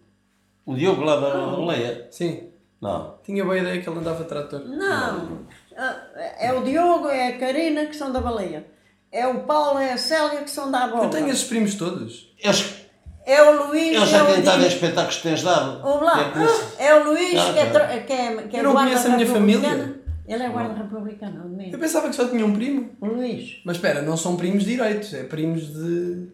Speaker 3: O Diogo lá da Leia.
Speaker 2: Sim.
Speaker 3: Não.
Speaker 2: Tinha boa ideia que ele andava de trator.
Speaker 4: Não, Ah, é o Diogo, é a Karina que são da baleia. É o Paulo, é a Célia que são da abóbora.
Speaker 2: Eu tenho esses primos todos.
Speaker 3: Eles,
Speaker 4: É o Luís,
Speaker 3: eles
Speaker 4: é o
Speaker 3: acreditaram em
Speaker 4: Diogo.
Speaker 3: espetáculos que tens dado.
Speaker 4: Ouve lá,
Speaker 3: É por isso.
Speaker 4: ah, é o Luís
Speaker 3: Ah,
Speaker 4: que é,
Speaker 3: tá.
Speaker 4: tro- que é, que é
Speaker 2: Eu não
Speaker 4: guarda
Speaker 2: conheço a minha família.
Speaker 4: republicana. Ele é guarda republicano, o menino.
Speaker 2: Eu pensava que só tinha um primo.
Speaker 4: O Luís.
Speaker 2: Mas espera, não são primos direitos, é primos de.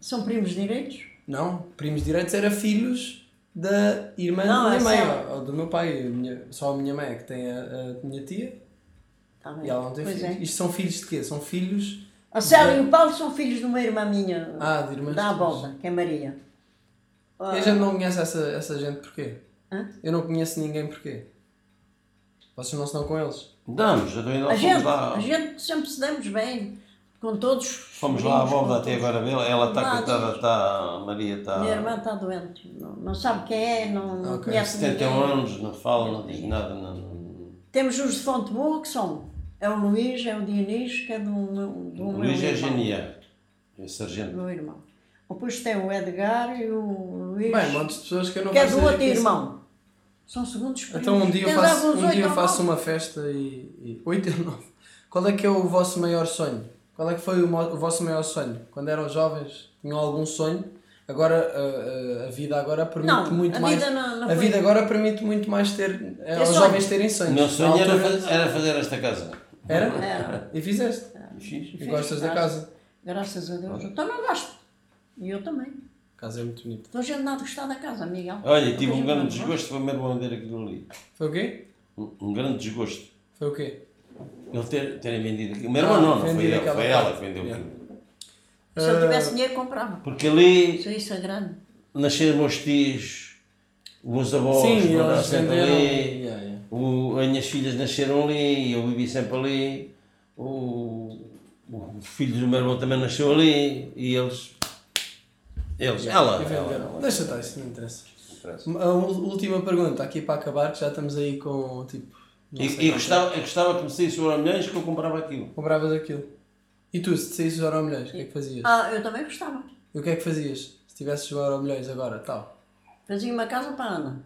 Speaker 4: São primos direitos?
Speaker 2: Não, primos direitos era filhos da irmã
Speaker 4: Não,
Speaker 2: da minha
Speaker 4: é
Speaker 2: mãe,
Speaker 4: só-
Speaker 2: ou- ou do meu pai. A minha- Só a minha mãe é que tem a, a minha tia
Speaker 4: Tá bem.
Speaker 2: e ela não tem
Speaker 4: Pois
Speaker 2: filhos.
Speaker 4: é.
Speaker 2: Isto são filhos de quê? São filhos.
Speaker 4: A Célia e o Paulo são filhos de uma irmã minha,
Speaker 2: É. Ah, de irmãs.
Speaker 4: da
Speaker 2: tuas.
Speaker 4: abóbora, que é Maria. Ah,
Speaker 2: E a gente não conhece essa, essa gente porquê?
Speaker 4: Hã?
Speaker 2: Eu não conheço ninguém porquê. Vocês não se dão com eles.
Speaker 3: Damos, então ainda
Speaker 4: a,
Speaker 3: fomos
Speaker 4: gente,
Speaker 3: lá.
Speaker 4: a gente sempre se damos bem, com todos. os
Speaker 3: Fomos lá à
Speaker 4: sobrinhos,
Speaker 3: Bóveda
Speaker 4: com
Speaker 3: até
Speaker 4: todos.
Speaker 3: agora vê-la. Ela
Speaker 2: tá
Speaker 3: está,
Speaker 4: Lá,
Speaker 3: coitada, está. A Maria está.
Speaker 4: Minha irmã está doente, não, não sabe quem é, não,
Speaker 2: Ok.
Speaker 4: não
Speaker 2: um
Speaker 4: conhece
Speaker 3: 71
Speaker 4: ninguém.
Speaker 3: anos, não fala, não diz nada. Não, não.
Speaker 4: Temos os de Fonte Boa que são. É o Luís, é o Dionísio, que é do meu, do
Speaker 3: O
Speaker 4: meu
Speaker 3: Luís é
Speaker 4: irmão.
Speaker 3: genial. É
Speaker 4: do
Speaker 3: sargento.
Speaker 4: meu irmão. Depois tem o Edgar e o Luís,
Speaker 2: Bem, montes de pessoas que eu não
Speaker 4: que é
Speaker 2: faço
Speaker 4: do outro
Speaker 2: ideia quem são.
Speaker 4: irmão. São segundos primos.
Speaker 2: Então um dia eu
Speaker 4: Tens
Speaker 2: faço,
Speaker 4: alguns
Speaker 2: um dia
Speaker 4: oito
Speaker 2: eu
Speaker 4: ou
Speaker 2: faço
Speaker 4: nove?
Speaker 2: uma festa e, e. 8 ou 9. Qual é que é o vosso maior sonho? Qual é que foi o, mo- o vosso maior sonho? Quando eram jovens, tinham algum sonho? Agora eh, a- a, a vida agora permite
Speaker 4: Não,
Speaker 2: muito
Speaker 4: a
Speaker 2: mais.
Speaker 4: vida não- não
Speaker 2: a
Speaker 4: foi-
Speaker 2: vida agora permite muito mais ter eh, aos
Speaker 4: sonho.
Speaker 2: jovens terem
Speaker 3: O
Speaker 2: sonhos.
Speaker 3: meu sonho
Speaker 2: Na
Speaker 3: era,
Speaker 2: altura-
Speaker 3: fa- era fazer esta casa.
Speaker 2: Era?
Speaker 4: Era.
Speaker 2: E fizeste.
Speaker 3: Fiz.
Speaker 2: E gostas da
Speaker 4: Graças-
Speaker 2: casa.
Speaker 4: Graças a Deus. Então não gosto. E eu também.
Speaker 2: A casa é muito bonita.
Speaker 4: Estou gente nada a gostar da casa, Miguel.
Speaker 3: Olha, tive
Speaker 4: Não
Speaker 3: um
Speaker 4: vejo
Speaker 3: grande
Speaker 4: nada, não.
Speaker 3: desgosto, foi mesmo vender aquilo ali.
Speaker 2: Foi o quê?
Speaker 3: Um, um grande desgosto.
Speaker 2: Foi o quê?
Speaker 3: Ele ter, terem vendido aquilo.
Speaker 4: Ah,
Speaker 3: Meu irmão não, não foi
Speaker 2: vendido
Speaker 3: ele,
Speaker 2: aquela
Speaker 3: foi ela
Speaker 2: parte.
Speaker 3: que vendeu
Speaker 2: Yeah.
Speaker 3: aquilo.
Speaker 4: Se
Speaker 2: Eh,
Speaker 4: eu tivesse dinheiro, comprava.
Speaker 3: Porque ali
Speaker 4: Se isso é grande.
Speaker 3: nasceram meus tios, os meus avós,
Speaker 2: Sim,
Speaker 3: moraram
Speaker 2: eles
Speaker 3: sempre
Speaker 2: venderam.
Speaker 3: ali.
Speaker 2: Yeah, yeah.
Speaker 3: O, as minhas filhas nasceram ali, eu vivi sempre ali. O, o filho do meu irmão também nasceu ali e eles. Eles. Ela.
Speaker 2: E
Speaker 3: ela,
Speaker 2: venderam.
Speaker 3: ela.
Speaker 2: Deixa estar, isso não interessa.
Speaker 3: interessa.
Speaker 2: A ul- última pergunta, aqui para acabar, que já estamos aí com tipo. não sei
Speaker 3: E, e
Speaker 2: quanto. é.
Speaker 3: gostava, eu gostava que me saísse o milhões que eu comprava aquilo.
Speaker 2: Compravas aquilo. E tu, se te saísses o milhões, o que é que fazias?
Speaker 4: Ah, eu também gostava.
Speaker 2: E o que é que fazias? Se tivesses o milhões agora, tal.
Speaker 4: Fazia uma casa para a Ana.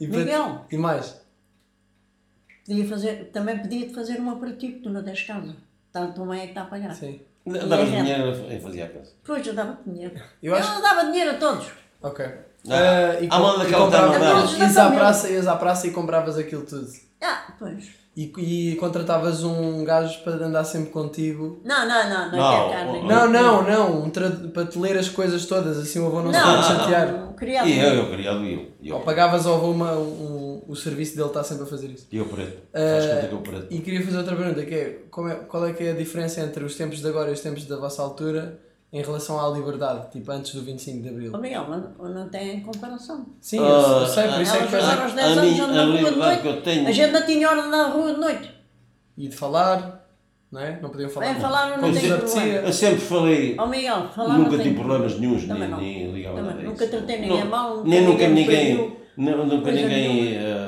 Speaker 2: E,
Speaker 4: Miguel.
Speaker 2: e mais?
Speaker 4: Podia fazer, também podia-te fazer uma para ti, que tu não tens casa. Tanto mãe é que está a pagar.
Speaker 2: Sim.
Speaker 3: Dava
Speaker 4: gente?
Speaker 3: dinheiro e fazia a casa.
Speaker 4: Pois, eu dava dinheiro.
Speaker 2: Eu
Speaker 4: Eu,
Speaker 2: acho-
Speaker 4: dava dinheiro a todos.
Speaker 2: Ok.
Speaker 3: Ah,
Speaker 2: Ah, e
Speaker 3: a mão daquela
Speaker 2: comprava-
Speaker 3: tá
Speaker 4: é
Speaker 3: mandada.
Speaker 2: ias à praça, ias à praça e compravas aquilo tudo.
Speaker 4: Ah, pois.
Speaker 2: E, e contratavas um gajo para andar sempre contigo.
Speaker 4: Não, não, não, não,
Speaker 3: Não,
Speaker 4: quero carne.
Speaker 3: o-
Speaker 2: Não, não, não, um tra... para te ler as coisas todas, assim o avô não, se
Speaker 4: Não,
Speaker 2: pode chatear.
Speaker 4: não, queria
Speaker 3: E eu,
Speaker 4: dinheiro.
Speaker 3: eu criado eu. E
Speaker 2: Ou
Speaker 3: eu,
Speaker 2: pagavas ao avô uma, um- o serviço dele está sempre a fazer isso.
Speaker 3: e eu preto. Faz
Speaker 2: Eh,
Speaker 3: conta que eu preto.
Speaker 2: E queria fazer outra pergunta, que é, como é- qual é que é a diferença entre os tempos de agora e os tempos da vossa altura em relação à liberdade, tipo antes do 25 de
Speaker 4: Oh,
Speaker 2: Abril?
Speaker 4: Miguel, não, não tem comparação.
Speaker 2: Sim,
Speaker 3: Ah,
Speaker 2: eu sei, por isso é
Speaker 4: Elas
Speaker 2: que faz...
Speaker 4: agora aos
Speaker 3: a
Speaker 4: 10 anos
Speaker 3: minha-
Speaker 4: andam na
Speaker 3: a
Speaker 4: rua de
Speaker 3: liberdade
Speaker 4: noite.
Speaker 3: que eu tenho-
Speaker 4: A gente não tinha hora na rua de noite.
Speaker 2: E de falar, não é? Não podiam falar.
Speaker 4: Bem, falar não
Speaker 2: Quando
Speaker 4: tem
Speaker 2: vos
Speaker 4: problema.
Speaker 2: apetecia.
Speaker 3: Eu sempre falei.
Speaker 4: Ó Miguel, falar
Speaker 3: Nunca
Speaker 4: não
Speaker 3: tive
Speaker 4: tem-
Speaker 3: problemas nenhums,
Speaker 4: Também
Speaker 3: nem,
Speaker 4: não.
Speaker 3: nem ligava
Speaker 4: Também
Speaker 3: nada
Speaker 4: não.
Speaker 3: a
Speaker 4: Nunca
Speaker 3: isso.
Speaker 4: tratei ninguém
Speaker 3: Não,
Speaker 4: mal, nunca
Speaker 3: Nem nunca
Speaker 4: ninguém me
Speaker 3: ninguém, não, nunca
Speaker 4: Coisa
Speaker 3: ninguém eh,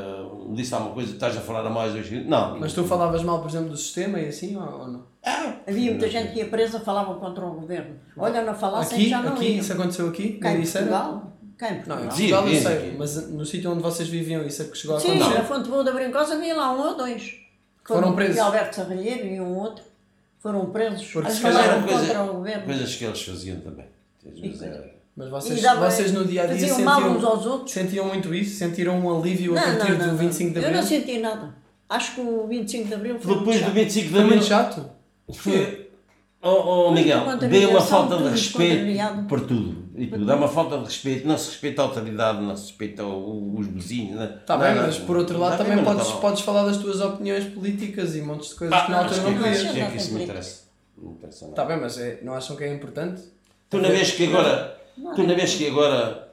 Speaker 3: disse alguma coisa, estás a falar a mais hoje. Não.
Speaker 2: Mas tu falavas mal, por exemplo, do sistema e assim, ou, ou não?
Speaker 4: Havia muita gente que ia presa, falava contra o governo. Olha, não falassem,
Speaker 2: Aqui,
Speaker 4: assim já não
Speaker 2: aqui,
Speaker 4: iam.
Speaker 2: isso aconteceu aqui?
Speaker 4: Cá
Speaker 2: não
Speaker 4: em
Speaker 2: disseram?
Speaker 4: Portugal? Cá em Portugal.
Speaker 2: Não, em
Speaker 3: Sim,
Speaker 2: Portugal eu
Speaker 3: sim,
Speaker 2: sei,
Speaker 3: sim.
Speaker 2: mas no sítio onde vocês viviam isso é que chegou a
Speaker 4: Sim,
Speaker 2: acontecer.
Speaker 4: na Fonte Boa da Brincosa havia lá um ou dois.
Speaker 2: Foram presos.
Speaker 4: E Alberto Serralheiro e um outro. Foram presos.
Speaker 2: Porque
Speaker 4: Porque
Speaker 2: se calhar
Speaker 4: falaram
Speaker 3: Eram
Speaker 4: contra
Speaker 3: coisa-
Speaker 4: o governo.
Speaker 3: coisas que eles faziam também. Às vezes
Speaker 4: coisa-
Speaker 3: era-
Speaker 2: Mas vocês,
Speaker 4: E dava-
Speaker 2: vocês no dia a dia
Speaker 4: faziam
Speaker 2: sentiam,
Speaker 4: mal uns aos outros.
Speaker 2: sentiam muito isso? Sentiram um alívio a partir do 25 de
Speaker 4: Eu
Speaker 2: Abril?
Speaker 4: não senti nada. Acho que o 25 de Abril foi.
Speaker 3: Depois do
Speaker 4: muito
Speaker 3: 25 de
Speaker 2: Foi
Speaker 3: abril,
Speaker 2: muito chato.
Speaker 3: foi. Oh, oh, Miguel,
Speaker 4: Muita
Speaker 3: dei uma
Speaker 4: contrariação,
Speaker 3: falta de
Speaker 4: tudo
Speaker 3: respeito
Speaker 4: contrariado.
Speaker 3: por tudo. E tudo. Dá uma falta de respeito, não se respeita a autoridade, não se respeita o- os vizinhos. né? não-
Speaker 2: Está Tá bem,
Speaker 3: não-
Speaker 2: mas por outro lado
Speaker 3: Está bem,
Speaker 2: também
Speaker 3: mas não
Speaker 2: podes,
Speaker 3: está mal.
Speaker 2: podes falar das tuas opiniões políticas e montes de coisas
Speaker 3: Ah,
Speaker 2: que na altura
Speaker 3: tá acho
Speaker 2: não
Speaker 3: que-
Speaker 4: é
Speaker 2: podias.
Speaker 4: isso.
Speaker 3: acho que isso me
Speaker 4: Não
Speaker 3: interessa. Não me interessa nada.
Speaker 2: Está bem, mas é- não acham que é importante?
Speaker 3: Tu na vez que agora, tu na vez que agora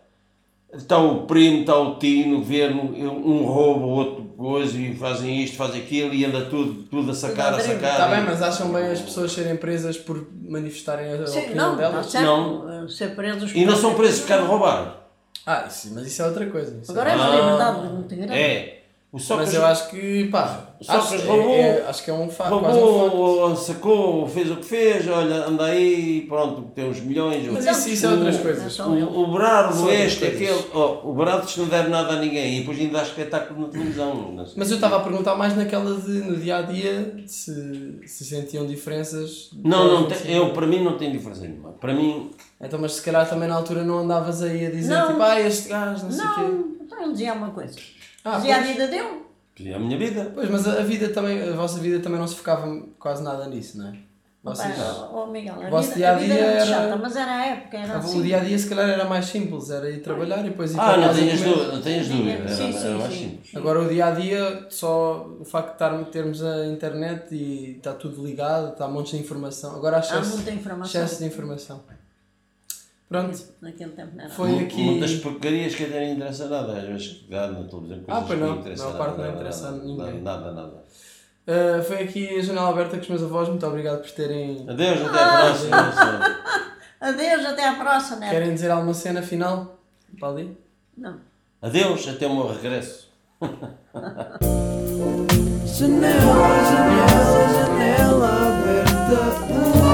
Speaker 3: está o primo, está o tio no governo, um rouba, o outro coisa e fazem isto, fazem aquilo e anda tudo, tudo a sacar, a
Speaker 4: Tudo a dribble.
Speaker 3: sacar.
Speaker 2: Está Tá bem, mas acham bem as pessoas serem presas por manifestarem a
Speaker 4: Sim,
Speaker 2: opinião
Speaker 4: não, está
Speaker 2: delas?
Speaker 4: certo.
Speaker 3: Não.
Speaker 4: eh, Ser presos.
Speaker 3: E não são presos por causa de roubar.
Speaker 2: Ah, isso, mas isso é outra coisa. isso é-
Speaker 4: Agora é uma
Speaker 3: Ah,
Speaker 4: liberdade muito grande.
Speaker 3: É. O Sócrates
Speaker 2: Mas eu acho que, pá,
Speaker 3: Só
Speaker 2: acho,
Speaker 3: que
Speaker 2: é-
Speaker 3: roubou-
Speaker 2: é- acho que é um fato, quase um facto.
Speaker 3: roubou, sacou, fez o que fez, olha, anda aí, pronto, tem uns milhões.
Speaker 2: Mas
Speaker 3: o-
Speaker 2: isso, isso é outras coisas.
Speaker 4: Então,
Speaker 3: O, o Brado,
Speaker 2: São
Speaker 3: este,
Speaker 2: outras
Speaker 3: aquele.
Speaker 2: coisas.
Speaker 3: Oh, o Brado isto não deve nada a ninguém e depois ainda há espetáculo na televisão. não sei.
Speaker 2: Mas eu estava a perguntar mais naquela de, no dia a dia, se, se sentiam diferenças.
Speaker 3: Não, não tem, eu, para mim não tem diferença nenhuma. Para mim,
Speaker 2: Então, mas se calhar também na altura não andavas aí a dizer
Speaker 4: Não.
Speaker 2: tipo, ah, este gajo, não, sei o quê.
Speaker 4: Não, então ele dizia uma coisa.
Speaker 2: Ah,
Speaker 4: dizia
Speaker 2: pois.
Speaker 4: a vida dele.
Speaker 3: é a minha vida.
Speaker 2: Pois, mas a, a vida também, a vossa vida também não se focava quase nada nisso, não é? Vocês,
Speaker 4: Pá, oh, Miguel, a
Speaker 2: vosso
Speaker 4: vida,
Speaker 2: dia-a-dia
Speaker 4: a vida era, muito
Speaker 2: era-
Speaker 4: chata, mas era a época, era assim.
Speaker 2: o dia a dia se calhar era mais simples, era ir trabalhar e depois ir
Speaker 3: Ah,
Speaker 2: para
Speaker 3: não
Speaker 2: casa
Speaker 3: tenhas
Speaker 2: comer.
Speaker 3: dúvida, não tenhas dúvida. Era,
Speaker 4: Sim, sim,
Speaker 3: era mais
Speaker 4: sim.
Speaker 3: simples.
Speaker 2: Agora o dia a dia, só o facto de estar- termos a internet e está tudo ligado, está um monte de informação. Agora há
Speaker 4: Há
Speaker 2: excesso,
Speaker 4: muita informação.
Speaker 2: excesso de informação. Pronto.
Speaker 4: Naquele tempo não era.
Speaker 2: Foi
Speaker 3: Mu-
Speaker 2: aqui-
Speaker 3: Muitas porcarias que até não interessa nada, às vezes que dá na televisão coisas
Speaker 2: Ah, pois
Speaker 3: que
Speaker 2: não,
Speaker 3: interessam
Speaker 2: não, a parte
Speaker 3: nada,
Speaker 2: não interessa
Speaker 3: nada,
Speaker 2: a ninguém.
Speaker 3: Nada, nada.
Speaker 2: Uh, foi aqui a janela aberta com os meus avós. Muito obrigado por terem.
Speaker 3: Adeus, até
Speaker 2: Ah,
Speaker 3: a próxima. senhor.
Speaker 4: Adeus, até à próxima, né?
Speaker 2: Querem dizer alguma cena final? Pauli?
Speaker 4: Não.
Speaker 3: Adeus, até o meu regresso.
Speaker 1: Janela, janela, janela aberta.